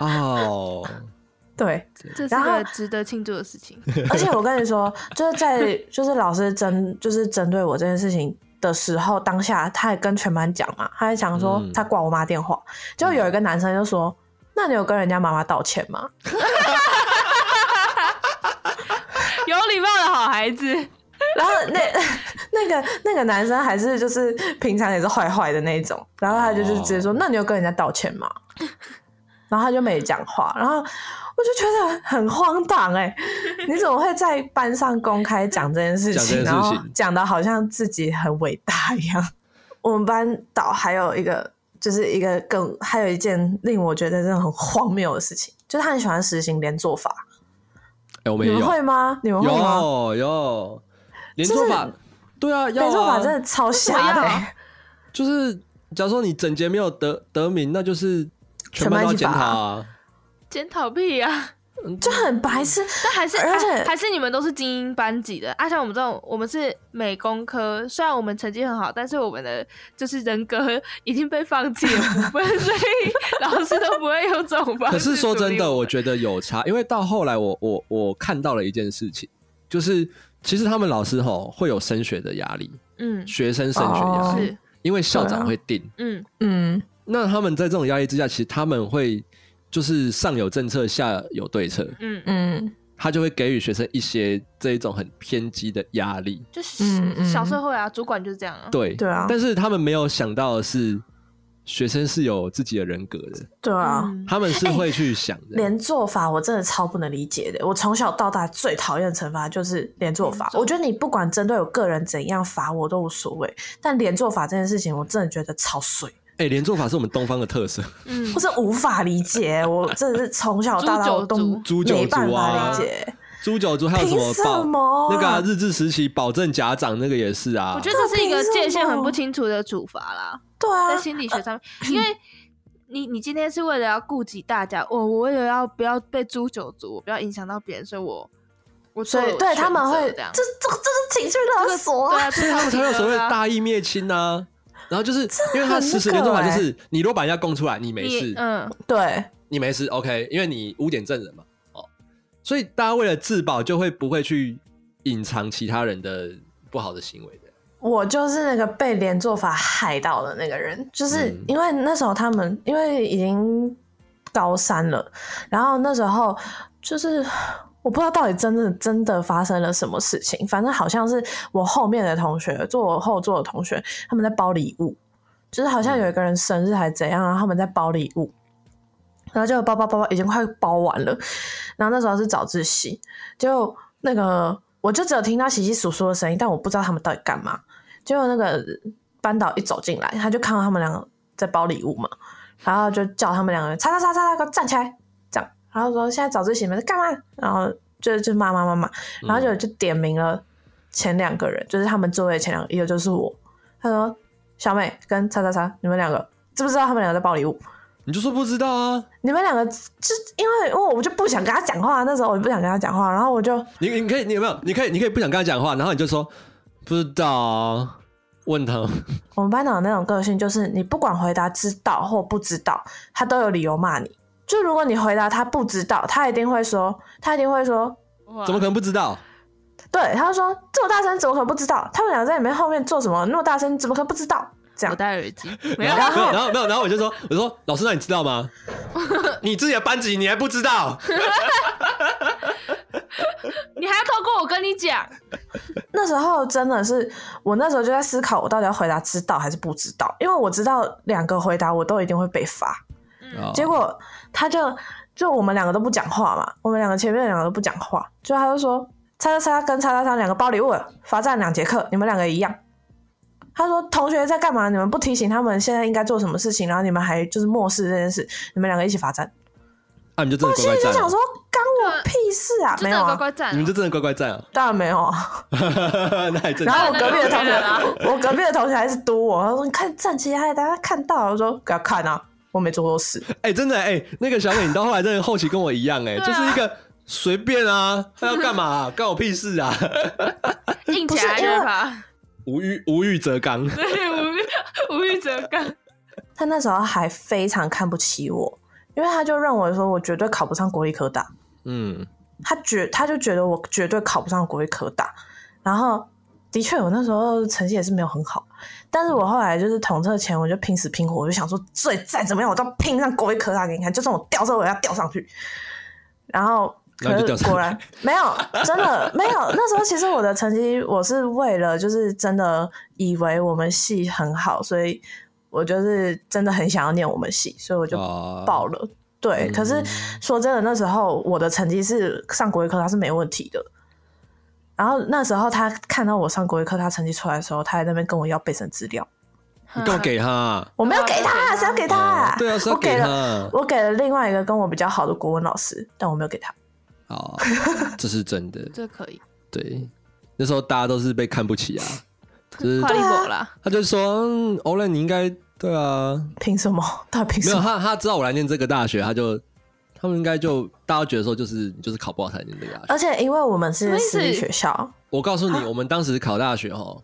Speaker 1: 哦，
Speaker 3: 对，
Speaker 2: 这是
Speaker 3: 然后
Speaker 2: 个值得庆祝的事情。
Speaker 3: 而且我跟你说，就是在就是老师针就是针对我这件事情的时候，当下他也跟全班讲嘛，他还想说
Speaker 1: 嗯
Speaker 3: 他挂我妈电话，结果有一个男生就说：“那你有跟人家妈妈道歉吗
Speaker 2: 有礼貌的好孩子，？”
Speaker 3: 然后那 那个那个男生还是就是平常也是坏坏的那种，然后他就就直
Speaker 1: 哦
Speaker 3: 接说：“那你有跟人家道歉吗？”然后他就没讲话，然后。我就觉得很荒唐哎、你怎么会在班上公开讲这件事
Speaker 1: 讲这
Speaker 3: 情，
Speaker 1: 件事
Speaker 3: 然后
Speaker 1: 情
Speaker 3: 讲的好像自己很伟大一样？我们班导还有一个，就是一个更还有一件令我觉得真的很荒谬的事情，就是他很喜欢实行连坐法。
Speaker 1: 哎、我们
Speaker 3: 你
Speaker 1: 也
Speaker 3: 们
Speaker 1: 有
Speaker 3: 会吗？你们会吗？
Speaker 1: 有啊有连坐法，对啊，要
Speaker 3: 连坐法
Speaker 1: 啊，
Speaker 3: 真的超
Speaker 2: 为
Speaker 3: 瞎
Speaker 2: 什
Speaker 3: 的、
Speaker 2: 么要
Speaker 3: 欸，
Speaker 1: 就是假如说你整节没有得得名，那就是全班都要检讨啊。
Speaker 2: 检讨屁啊！
Speaker 3: 就很白痴。
Speaker 2: 但还是啊
Speaker 3: 而且
Speaker 2: 还还是你们都是精英班级的，啊，像我们这种，我们是美工科，虽然我们成绩很好，但是我们的就是人格已经被放弃了部分，所以老师都不会用这种方式。
Speaker 1: 可 是说真的，我觉得有差，因为到后来我我我看到了一件事情，就是其实他们老师吼会有升学的压力，
Speaker 2: 得，嗯，
Speaker 1: 学生升学压
Speaker 3: 哦
Speaker 1: 力，
Speaker 2: 是，
Speaker 1: 因为校
Speaker 3: 对啊
Speaker 1: 长会定。
Speaker 2: 嗯，
Speaker 3: 嗯，
Speaker 1: 那他们在这种压力之下，其实他们会就是上有政策，下有对策，
Speaker 2: 嗯嗯，
Speaker 3: 嗯，
Speaker 1: 他就会给予学生一些这一种很偏激的压力。
Speaker 2: 就是
Speaker 3: 嗯嗯
Speaker 2: 小社会啊，主管就是这样啊。
Speaker 1: 对，
Speaker 3: 对啊
Speaker 1: 但是他们没有想到的是，学生是有自己的人格的，
Speaker 3: 对啊。
Speaker 2: 嗯，
Speaker 1: 他们是会去想的。
Speaker 3: 哎连坐法我真的超不能理解的。我从小到大最讨厌的惩罚就是连坐法
Speaker 2: 连。坐
Speaker 3: 我觉得你不管针对我个人怎样罚我都无所谓，但连坐法这件事情我真的觉得超水，
Speaker 1: 哎、连坐法是我们东方的特色，
Speaker 2: 嗯
Speaker 3: 我，是无法理解。 我真的是从小到大我都
Speaker 1: 诛九族啊
Speaker 3: 没办法理
Speaker 1: 诛九
Speaker 3: 解。
Speaker 1: 诛九族还有什么
Speaker 3: 凭什
Speaker 1: 保
Speaker 3: 么啊
Speaker 1: 那个啊、日治时期保证甲长那个也是啊。
Speaker 2: 我觉得这是一个界限
Speaker 3: 凭什么
Speaker 2: 很不清楚的处罚啦。
Speaker 3: 对啊
Speaker 2: 在，心理学上面，因为 你你今天是为了要顾及大家，我我为了要不要被诛九族，我不要影响到别人，所以我我做
Speaker 3: 所以
Speaker 2: 了
Speaker 3: 对
Speaker 2: 选
Speaker 3: 他们
Speaker 2: 择
Speaker 3: 会，
Speaker 2: 这样
Speaker 3: 这，这这是情绪勒索
Speaker 2: 对
Speaker 3: 啊！
Speaker 2: 啊，
Speaker 1: 所以他们才有所谓的
Speaker 2: 的
Speaker 1: 大义灭亲啊。然后就是因为他
Speaker 3: 很
Speaker 1: 实时
Speaker 3: 那
Speaker 1: 连
Speaker 3: 个
Speaker 1: 坐法就
Speaker 3: 欸
Speaker 1: 是，你如果把人家供出来，你没
Speaker 2: 你
Speaker 1: 事，
Speaker 2: 嗯，
Speaker 3: 对，
Speaker 1: 你没事，OK，因为你污点证人嘛，哦，所以大家为了自保就会不会去隐藏其他人的不好的行为的，
Speaker 3: 我就是那个被连坐法害到的那个人，就是
Speaker 1: 嗯
Speaker 3: 因为那时候他们因为已经高三了，然后那时候就是我不知道到底真的真的发生了什么事情，反正好像是我后面的同学，坐我后座的同学，他们在包礼物，就是好像有一个人生日还是怎样，然后他们在包礼物，然后就包包包包已经快包完了，然后那时候是早自习，就那个我就只有听到洗洗簌簌的声音，但我不知道他们到底干嘛。结果那个班导一走进来，他就看到他们两个在包礼物嘛，然后就叫他们两个人，叉叉叉叉叉，给我站起来，这样，然后说现在早自习你们在干嘛？然后就就骂骂骂骂，然后就就点名了前两个人，就是他们座位的前两个，一个就是我。他说小美跟叉叉叉，你们两个知不知道他们两个在包礼物？
Speaker 1: 你就说不知道啊，
Speaker 3: 你们两个就因为因为我就不想跟他讲话，那时候我就不想跟他讲话，然后我就
Speaker 1: 你你可以，你有没有？你可以，你可以不想跟他讲话，然后你就说不知道、啊，问他，
Speaker 3: 我们班长那种个性就是，你不管回答知道或不知道，他都有理由骂你。就如果你回答他不知道，他一定会说，他一定会说，
Speaker 2: 哇
Speaker 1: 怎么可能不知道？
Speaker 3: 对，他就说这么大声怎么可能不知道？他们俩在里面后面做什么？那么大声怎么可能不知道？这
Speaker 2: 我
Speaker 3: 样，
Speaker 2: 戴耳 机，没有啊
Speaker 1: 然，后没有，然后没有，然后我就说，我就说老师，那你知道吗？ 你自己的班级你还不知道？
Speaker 2: 你还要透过我跟你讲，
Speaker 3: 那时候真的是，我那时候就在思考，我到底要回答知道还是不知道，因为我知道两个回答我都一定会被罚。
Speaker 2: 嗯
Speaker 1: 哦
Speaker 3: 结果他就就我们两个都不讲话嘛，我们两个前面两个都不讲话，就他就说叉叉叉跟叉叉叉两个包礼物了，罚站两节课，你们两个一样。他说同学在干嘛？你们不提醒他们现在应该做什么事情，然后你们还就是漠视这件事，你们两个一起罚站。
Speaker 1: 啊，你们就真
Speaker 3: 我
Speaker 1: 的乖
Speaker 3: 心
Speaker 1: 乖
Speaker 3: 里就
Speaker 1: 站
Speaker 3: 想
Speaker 1: 哦、
Speaker 3: 说，干我屁事啊！
Speaker 2: 真
Speaker 3: 没
Speaker 2: 的
Speaker 3: 有
Speaker 2: 乖
Speaker 3: 啊，
Speaker 2: 乖站
Speaker 1: 你们就
Speaker 2: 哦，
Speaker 1: 真的乖乖站哦、
Speaker 3: 当然没有啊。
Speaker 1: 那还真
Speaker 3: 然后我
Speaker 2: 那
Speaker 3: 隔壁的
Speaker 2: 就
Speaker 3: 同
Speaker 2: 没人啊
Speaker 3: 学，我隔壁的同学还是嘟我，他说：“你看站起来，大家看到。”我说：“给他看啊，我没做错事。
Speaker 1: 哎、真的哎、那个小美，你到后来真的后期跟我一样哎、
Speaker 2: 对啊
Speaker 1: 就是一个随便啊，他要干嘛啊、 干我屁事啊，
Speaker 2: 硬起来
Speaker 3: 不是
Speaker 2: 就
Speaker 3: 因为
Speaker 2: 会罚，
Speaker 1: 无欲无欲则刚，
Speaker 2: 对，无欲无欲则刚。”
Speaker 3: 他那时候还非常看不起我，因为他就认为说我绝对考不上国立科大，
Speaker 1: 嗯，
Speaker 3: 他觉他就觉得我绝对考不上国立科大。然后的确，我那时候成绩也是没有很好，但是我后来就是统测前，我就拼死拼活，我就想说，最再怎么样，我都要拼上国立科大给你看，就算我掉这，我也要掉上去。然后，
Speaker 1: 然后
Speaker 3: 可
Speaker 1: 就掉
Speaker 3: 是
Speaker 1: 上去
Speaker 3: 果然没有，真的没有。那时候其实我的成绩，我是为了就是真的以为我们系很好，所以我就是真的很想要念我们系，所以我就
Speaker 1: 哦
Speaker 3: 报了。对，可是
Speaker 1: 嗯
Speaker 3: 说真的，那时候我的成绩是上国语课，他是没问题的。然后那时候他看到我上国语课，他成绩出来的时候，他还在那边跟我要备审资料，
Speaker 1: 你干嘛给他啊？
Speaker 3: 我没有
Speaker 2: 哦
Speaker 3: 给
Speaker 2: 要给
Speaker 3: 他，
Speaker 2: 他
Speaker 3: 谁要给他啊
Speaker 1: 哦？对啊，是要
Speaker 3: 我
Speaker 1: 给
Speaker 3: 给
Speaker 1: 他
Speaker 3: 了，
Speaker 1: 啊。
Speaker 3: 我给了另外一个跟我比较好的国文老师，但我没有给他。
Speaker 1: 哦，这是真的。
Speaker 2: 这可以，
Speaker 1: 对，那时候大家都是被看不起啊，就是
Speaker 2: 夸你
Speaker 3: 啊
Speaker 2: 我啦，
Speaker 1: 他就说，嗯，欧伦你应该对啊，
Speaker 3: 凭什么？ 到底凭
Speaker 1: 没
Speaker 3: 什
Speaker 1: 有啊他
Speaker 3: 么？
Speaker 1: 他知道我来念这个大学，他就他们应该就大家觉得说就是你就是考不好才念这个大学。
Speaker 3: 而且因为我们
Speaker 2: 什
Speaker 3: 是
Speaker 2: 么意思
Speaker 3: 私立学校，
Speaker 1: 我告诉你，我们当时考大学哦，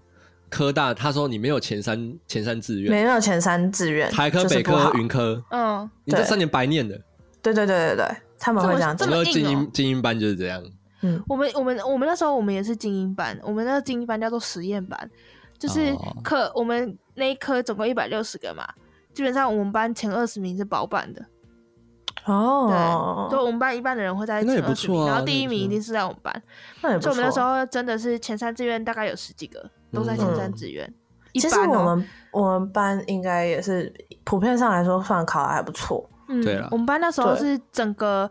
Speaker 1: 科大他说你没有前三前三志
Speaker 3: 没
Speaker 1: 愿，
Speaker 3: 有前三志愿，
Speaker 1: 台科、
Speaker 3: 就是
Speaker 1: 北
Speaker 3: 不好
Speaker 1: 科、云科，
Speaker 2: 嗯，
Speaker 1: 你这
Speaker 3: 对
Speaker 1: 三年白念的。
Speaker 3: 对对对对对，他们会这样
Speaker 1: 我
Speaker 2: 这
Speaker 3: 讲
Speaker 2: 么。
Speaker 1: 们
Speaker 2: 硬
Speaker 1: 精
Speaker 2: 哦
Speaker 1: 英精英班就是这样，
Speaker 3: 嗯，
Speaker 2: 我们我们我们那时候我们也是精英班，我们那个精英班叫做实验班，就是
Speaker 1: 哦
Speaker 2: 课、我们那一科总共一百六十个嘛，基本上我们班前二十名是保版的，
Speaker 3: 哦
Speaker 2: 对，，就我们班一半的人会在
Speaker 1: 那也
Speaker 2: 前
Speaker 1: 不
Speaker 2: 二十名，
Speaker 1: 错啊
Speaker 2: 然后第一名
Speaker 1: 那也
Speaker 2: 一
Speaker 1: 不错
Speaker 2: 定是在我们班，
Speaker 3: 那也不
Speaker 2: 所以我们那时
Speaker 3: 错。啊
Speaker 2: 候真的是前三志愿大概有十几个都在前三志愿，一
Speaker 3: 嗯其实
Speaker 2: 般
Speaker 3: 我
Speaker 2: 哦
Speaker 3: 们我们班应该也是普遍上来说算考的还不错，
Speaker 2: 嗯，
Speaker 1: 对啦
Speaker 2: 我们班那时候
Speaker 3: 对
Speaker 2: 是整个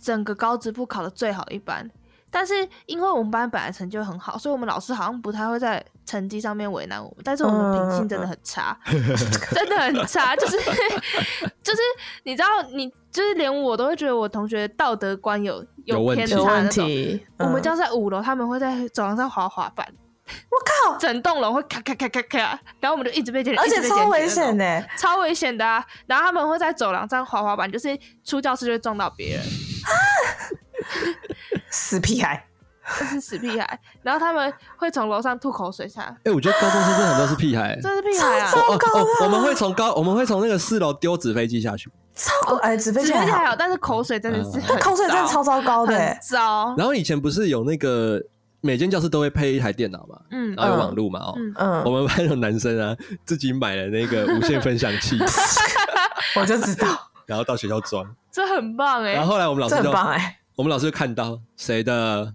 Speaker 2: 整个高职部考的最好的一班，但是因为我们班本来成绩就很好，所以我们老师好像不太会在成绩上面为难我们，但是我们
Speaker 3: 嗯
Speaker 2: 品性真的很 差，真的很差，就是就是你知道你就是连我都会觉得我同学道德观有
Speaker 1: 有问
Speaker 2: 偏
Speaker 1: 题
Speaker 2: 差
Speaker 3: 有问
Speaker 2: 那种。
Speaker 3: 题。
Speaker 2: 我们
Speaker 3: 嗯
Speaker 2: 教室在五楼，他们会在走廊上滑滑板，
Speaker 3: 我靠，
Speaker 2: 整栋楼会咔咔咔咔咔，然后我们就一直被检举，
Speaker 3: 而
Speaker 2: 一直
Speaker 3: 且
Speaker 2: 被
Speaker 3: 超
Speaker 2: 检举
Speaker 3: 危
Speaker 2: 那种
Speaker 3: 险的，欸
Speaker 2: 超危险的啊！然后他们会在走廊上滑滑板，就是出教室就会撞到别人，
Speaker 3: 死屁孩！
Speaker 2: 这是死屁孩。然后他们会从楼上吐口水下来，
Speaker 1: 哎、我觉得高中生真的很多是屁孩、
Speaker 2: 这是屁孩啊！
Speaker 3: 超
Speaker 1: 哦
Speaker 3: 糟糕
Speaker 1: 哦
Speaker 3: 的，
Speaker 1: 我们会从高，我们会从那个四楼丢纸飞机下去，
Speaker 3: 超哎，纸飞
Speaker 2: 纸
Speaker 3: 机
Speaker 2: 飞机还
Speaker 3: 还
Speaker 2: 好，
Speaker 3: 好，
Speaker 2: 但是口水真的是
Speaker 3: 但
Speaker 2: 很
Speaker 3: 口水真的超糟糕的
Speaker 2: 很
Speaker 3: 欸，
Speaker 2: 糟。
Speaker 1: 嗯然后以前不是有那个每间教室都会配一台电脑嘛，
Speaker 2: 嗯，
Speaker 1: 然后有网路嘛，哦，
Speaker 2: 嗯
Speaker 1: 我
Speaker 3: 嗯，
Speaker 1: 们班有男生啊自己买了那个无线分享 器，
Speaker 3: 我就知道，
Speaker 1: 然后到学校装，
Speaker 2: 这很棒哎、
Speaker 1: 然后后来我们老
Speaker 3: 这
Speaker 1: 师
Speaker 3: 很
Speaker 1: 就
Speaker 3: 棒哎，
Speaker 1: 我们老师就看到谁的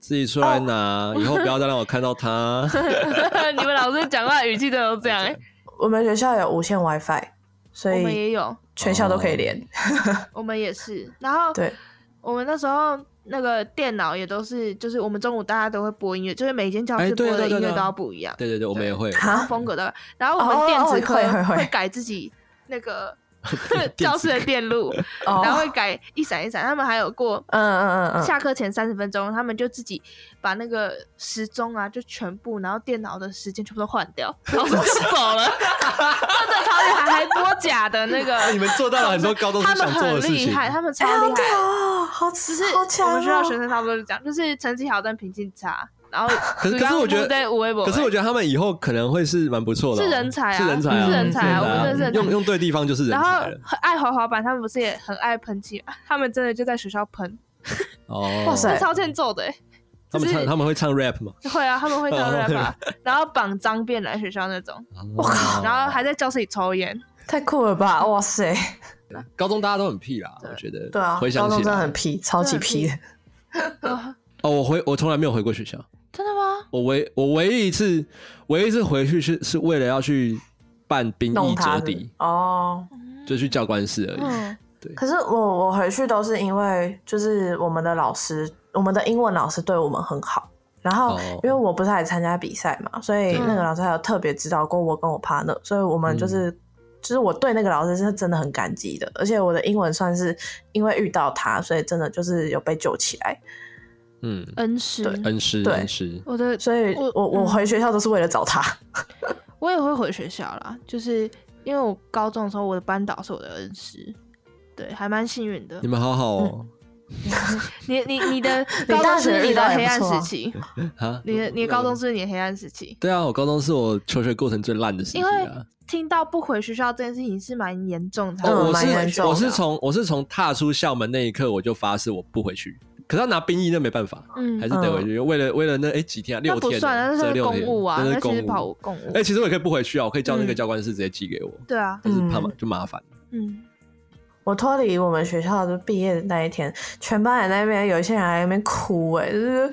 Speaker 1: 自己出来
Speaker 3: 哦
Speaker 1: 拿，以后不要再让我看到 他。
Speaker 2: 你们老师讲话语气真的都这 样哎、
Speaker 3: 我们学校有无线 WiFi，所
Speaker 2: 我们
Speaker 3: 以
Speaker 2: 也有，
Speaker 3: 全校都可以连。
Speaker 2: 我们也是。然
Speaker 1: 哦
Speaker 2: 后
Speaker 3: 对，
Speaker 2: 我们那时候那个电脑也都是，就是我们中午大家都会播音乐，就是每间教
Speaker 1: 哎
Speaker 2: 室播
Speaker 1: 对啊对
Speaker 2: 的
Speaker 1: 啊
Speaker 2: 音乐
Speaker 1: 对啊
Speaker 2: 都要不一样。
Speaker 1: 对对对，我们也会
Speaker 2: 然后
Speaker 3: 哈，
Speaker 2: 风格的。然后我
Speaker 3: 哦
Speaker 2: 们电子
Speaker 3: 哦
Speaker 2: 科
Speaker 3: 会会会
Speaker 2: 会改自己 那个
Speaker 1: 子
Speaker 2: 教室的电路，
Speaker 3: 哦
Speaker 2: 然后会改一闪一闪。他们还有过
Speaker 3: 嗯嗯嗯嗯，
Speaker 2: 下课前三十分钟，他们就自己把那个时钟啊，就全部，然后电脑的时间全部都换 掉，老师就走了。真的超厉害，还多假的那个。
Speaker 1: 你们做到了很多高中
Speaker 2: 他
Speaker 1: 生
Speaker 2: 们
Speaker 1: 想做
Speaker 2: 很
Speaker 1: 的事
Speaker 2: 厉
Speaker 1: 情。
Speaker 2: 害，他们超
Speaker 3: 哎，好
Speaker 2: 厉害。
Speaker 3: 屌哦，好吃，好
Speaker 2: 就是
Speaker 3: 强
Speaker 2: 我
Speaker 3: 哦
Speaker 2: 们学校学生差不多是这样，就是成绩好但品性差，然后
Speaker 1: 可是可是我觉得
Speaker 2: 在无微不
Speaker 1: 可是我觉得他们以后可能会是蛮不错的哦，
Speaker 2: 是人才啊
Speaker 1: 是人才啊，
Speaker 3: 是人才啊
Speaker 1: 是
Speaker 3: 我真的是人
Speaker 2: 才
Speaker 1: 用用对地方就是人
Speaker 2: 然后
Speaker 1: 才了。
Speaker 2: 很爱滑滑板，他们不是也很爱喷漆？他们真的就在学校喷，
Speaker 1: 哦，
Speaker 3: 哇塞对
Speaker 2: 是超欠揍的、欸。
Speaker 1: 他们
Speaker 2: 就是
Speaker 1: 唱他们会唱 rap 吗？
Speaker 2: 会啊，他们会当
Speaker 1: 哦
Speaker 2: rap，啊然后绑脏辫来学校那种，
Speaker 1: 我靠
Speaker 2: 然后还在教室里抽 烟。
Speaker 3: 太酷了吧！哇塞，
Speaker 1: 高中大家都很屁啦，我觉得。
Speaker 3: 对啊，
Speaker 1: 回
Speaker 3: 高
Speaker 1: 想
Speaker 3: 中
Speaker 1: 起
Speaker 3: 真的很
Speaker 1: 来，
Speaker 3: 屁，超级
Speaker 2: 真的很
Speaker 3: 屁
Speaker 2: 屁
Speaker 3: 的。
Speaker 2: 啊
Speaker 1: 哦，我回我从来没有回过学校，
Speaker 2: 真的吗？
Speaker 1: 我唯我唯一一次，唯一一次回去是是为了要去办兵
Speaker 3: 弄
Speaker 1: 役
Speaker 3: 他
Speaker 1: 折
Speaker 3: 是不是
Speaker 1: 抵，
Speaker 3: 哦。
Speaker 1: 就去教官室而已。
Speaker 2: 嗯，
Speaker 3: 可是我我回去都是因为就是我们的老师，我们的英文老师对我们很好。然后
Speaker 1: 哦
Speaker 3: 因为我不是还参加比赛嘛，所以
Speaker 1: 对
Speaker 3: 那个老师还有特别指导过我跟我 partner，所以我们就是、
Speaker 1: 嗯
Speaker 3: 就是我对那个老师是真的很感激的。而且我的英文算是因为遇到他，所以真的就是有被救起来。
Speaker 1: 嗯，
Speaker 2: 恩师，
Speaker 1: 恩师
Speaker 3: 对
Speaker 1: 恩师，
Speaker 2: 我的
Speaker 3: 所以
Speaker 2: 我
Speaker 3: 我我
Speaker 2: 嗯
Speaker 3: 回学校都是为了找他。
Speaker 2: 我也会回学校啦，就是因为我高中的时候，我的班导是我的恩师，对，还蛮幸运的
Speaker 1: 你。们好好哦
Speaker 2: 你你你 的
Speaker 3: 大
Speaker 2: 高中是不
Speaker 3: 学
Speaker 2: 是你
Speaker 3: 遇
Speaker 2: 的
Speaker 3: 到也
Speaker 2: 黑
Speaker 3: 不
Speaker 2: 暗
Speaker 3: 错
Speaker 2: 时
Speaker 3: 啊
Speaker 2: 期，
Speaker 1: 啊！
Speaker 2: 你的
Speaker 1: 那
Speaker 2: 你的高
Speaker 1: 我
Speaker 2: 中是不是你的黑暗时期，
Speaker 1: 对啊，我高中是我求学过程最烂的时期
Speaker 2: 因为
Speaker 1: 啊。
Speaker 2: 听到不回学校这件事情是蛮严重的。
Speaker 1: 哦，
Speaker 3: 嗯
Speaker 1: 我
Speaker 3: 蛮严
Speaker 1: 是
Speaker 3: 重
Speaker 1: 我
Speaker 3: 的
Speaker 1: 是从我是从踏出校门那一刻我就发誓我不回去，可是要拿兵役那没办法，
Speaker 2: 嗯
Speaker 1: 还是得回去。为了为了那哎几天啊，
Speaker 2: 那
Speaker 1: 六
Speaker 2: 不
Speaker 1: 天
Speaker 2: 算
Speaker 1: 啊，
Speaker 2: 啊，那
Speaker 1: 这
Speaker 2: 是
Speaker 1: 六
Speaker 2: 公
Speaker 1: 天
Speaker 2: 务啊，
Speaker 1: 那
Speaker 2: 那
Speaker 1: 是
Speaker 2: 其
Speaker 1: 公
Speaker 2: 实跑
Speaker 1: 务。
Speaker 2: 公务。
Speaker 1: 哎，其实我也可以不回去啊，我可以叫那个
Speaker 2: 嗯
Speaker 1: 教官室直接寄给我，
Speaker 2: 对啊，
Speaker 1: 但是怕麻
Speaker 3: 嗯
Speaker 1: 就麻烦。
Speaker 2: 嗯，
Speaker 3: 我脱离我们学校就毕业的那一天，全班人在那边有一些人还在那边哭、哎，就是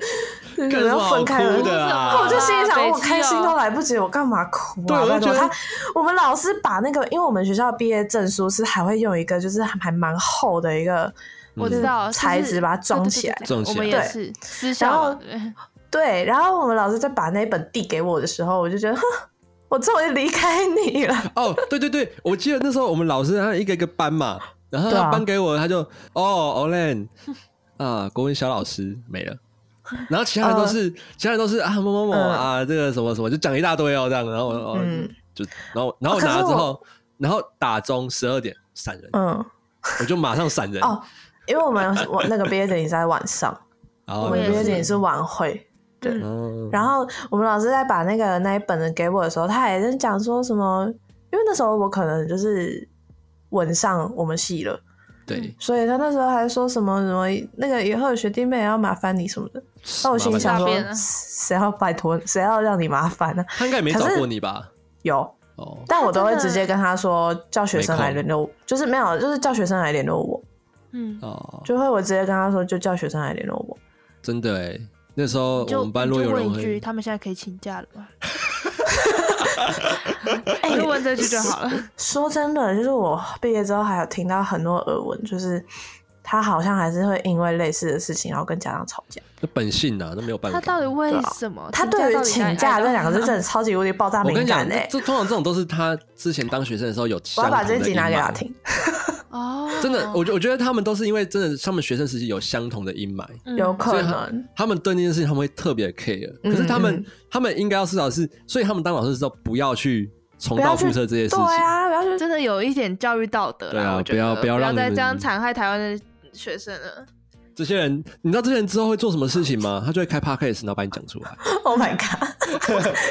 Speaker 3: 就是
Speaker 1: 干什
Speaker 3: 要
Speaker 1: 么好
Speaker 3: 分开了
Speaker 1: 哭的啊？
Speaker 3: 我就心里想，
Speaker 2: 北
Speaker 3: 我
Speaker 2: 七
Speaker 3: 开心嗯都
Speaker 2: 哦
Speaker 3: 来不及，我干嘛哭
Speaker 1: 对我
Speaker 3: 啊？
Speaker 1: 就
Speaker 3: 拜
Speaker 1: 觉
Speaker 3: 托
Speaker 1: 得
Speaker 3: 他，我们老师把那个，因为我们学校毕业证书是还会用一个，就是还蛮厚的一个，
Speaker 2: 我知道，就是
Speaker 3: 材质把它装
Speaker 2: 对对
Speaker 3: 起
Speaker 2: 对
Speaker 3: 来
Speaker 2: 对
Speaker 1: 装起
Speaker 2: 我们
Speaker 1: 来
Speaker 2: 也是私校嘛，对
Speaker 3: 嗯对。然后我们老师就把那本递给我的时候，我就觉得，哼， 我终于离开你了。
Speaker 1: 哦，对对对，我记得那时候我们老师他一个一个搬嘛，然后
Speaker 3: 对
Speaker 1: 他
Speaker 3: 啊
Speaker 1: 搬给我，他就哦，Olen 啊，国文小老师没了。然后其他人都是，其他人都是啊某某某
Speaker 3: 呃嗯
Speaker 1: 啊，这个什么什么，就讲一大堆哦，这样。然后我哦
Speaker 3: 嗯啊
Speaker 1: 就然后然后我
Speaker 3: 可是
Speaker 1: 拿了之
Speaker 3: 我
Speaker 1: 后，然后打钟十二点闪 人，
Speaker 3: 嗯，
Speaker 1: 我就马上闪人。
Speaker 3: 哦，因为我们我那个毕业典礼是在晚上，
Speaker 1: 然
Speaker 3: 我
Speaker 1: 后
Speaker 3: 们
Speaker 2: 也
Speaker 3: 毕业典礼
Speaker 2: 是
Speaker 3: 是晚会，
Speaker 2: 嗯
Speaker 1: 嗯
Speaker 3: 然后我们老师在把那个那一本的给我的时候，他还在讲说什么，因为那时候我可能就是吻上我们系了，
Speaker 1: 对，
Speaker 3: 所以他那时候还说什么什么那个以后有学弟妹也要麻烦你什么的。那我心里想
Speaker 2: 麻
Speaker 3: 说
Speaker 2: 烦你大便，啊
Speaker 3: 谁要拜托，谁要让你麻烦呢、
Speaker 1: 他应该也没
Speaker 3: 可
Speaker 1: 找
Speaker 3: 是
Speaker 1: 过你吧？
Speaker 3: 有，
Speaker 1: 哦，
Speaker 3: 但我都会
Speaker 2: 真的
Speaker 3: 直接跟他说，叫学生
Speaker 1: 没
Speaker 3: 来
Speaker 1: 空
Speaker 3: 联络我，就是没有，就是叫学生来联络我，
Speaker 2: 嗯，
Speaker 1: 哦，
Speaker 3: 就会我直接跟他说，就叫学生来联络我。
Speaker 1: 真的哎，那时候
Speaker 2: 你就
Speaker 1: 我们班
Speaker 2: 你
Speaker 1: 若
Speaker 2: 就
Speaker 1: 有人
Speaker 2: 问一句，
Speaker 1: 会，
Speaker 2: 他们现在可以请假了 吗？
Speaker 3: 哎
Speaker 2: 就问这句就好了。
Speaker 3: 说真的，就是我毕业之后还有听到很多耳闻，就是他好像还是会因为类似的事情，然后跟家长吵架。
Speaker 1: 那本性啊呐，那没有办法。
Speaker 2: 他到底为什么？
Speaker 3: 他
Speaker 2: 哦请假
Speaker 3: 哎对于
Speaker 2: 到底哎
Speaker 3: 请
Speaker 2: 该
Speaker 3: 假
Speaker 2: 爱到
Speaker 3: 这两个 字
Speaker 2: 哪
Speaker 3: 真的超级无敌爆炸
Speaker 1: 我跟
Speaker 3: 敏
Speaker 1: 你讲
Speaker 3: 感，哎、
Speaker 1: 这这通常这种都是他之前当学生的时候有
Speaker 3: 我
Speaker 1: 相
Speaker 3: 要
Speaker 1: 同的
Speaker 3: 把这一集拿给
Speaker 1: 阴霾
Speaker 3: 他。听。
Speaker 2: 哦，
Speaker 1: 真的，我觉我觉得他们都是因为真的，他们学生时期有相同的阴霾，
Speaker 2: 嗯
Speaker 3: 有可
Speaker 1: 所以他
Speaker 3: 能，
Speaker 1: 他们对那件事情他们会特别 care。可是他
Speaker 3: 嗯
Speaker 1: 们
Speaker 3: 嗯
Speaker 1: 他们应该要思考的是，所以他们当老师之后不要去重
Speaker 3: 不要
Speaker 1: 蹈
Speaker 3: 去
Speaker 1: 覆辙这些事
Speaker 3: 对
Speaker 1: 情。
Speaker 3: 啊，不要去
Speaker 2: 真的有一点教育道德
Speaker 1: 对
Speaker 2: 啦，
Speaker 1: 啊
Speaker 2: 我觉
Speaker 1: 不要
Speaker 2: 得
Speaker 1: 不
Speaker 2: 不
Speaker 1: 要让
Speaker 2: 再
Speaker 1: 你
Speaker 2: 这样
Speaker 1: 们
Speaker 2: 残害台湾的学生 了。
Speaker 1: 这些人，你知道这些人之后会做什么事情吗？他就会开 podcast，然后把你讲出 来。
Speaker 3: ，Oh my god！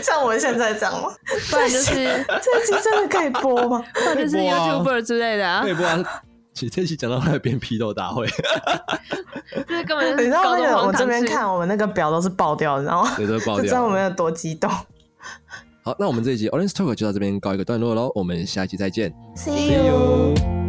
Speaker 3: 像我们现在这样吗？
Speaker 2: 不然就是
Speaker 3: 这一集真的可以播吗？
Speaker 2: 不然就是
Speaker 1: 可以播啊
Speaker 2: YouTuber 之类的啊
Speaker 1: 对，不啊？其实这期讲到后来变批斗大 会，
Speaker 2: 就是根本就
Speaker 3: 你
Speaker 2: 是
Speaker 3: 知 道
Speaker 2: 搞
Speaker 3: 那
Speaker 2: 得
Speaker 3: 个我
Speaker 2: 荒
Speaker 3: 这
Speaker 2: 唐
Speaker 3: 边
Speaker 2: 事。
Speaker 3: 看我们那个表都是爆掉，你知道吗？
Speaker 1: 对，都会爆
Speaker 3: 就知道我们
Speaker 1: 掉。
Speaker 3: 有多激动。
Speaker 1: 好，那我们这一集 Orange Talk 就到这边告一个段落喽，我们下一期再见。
Speaker 3: See you。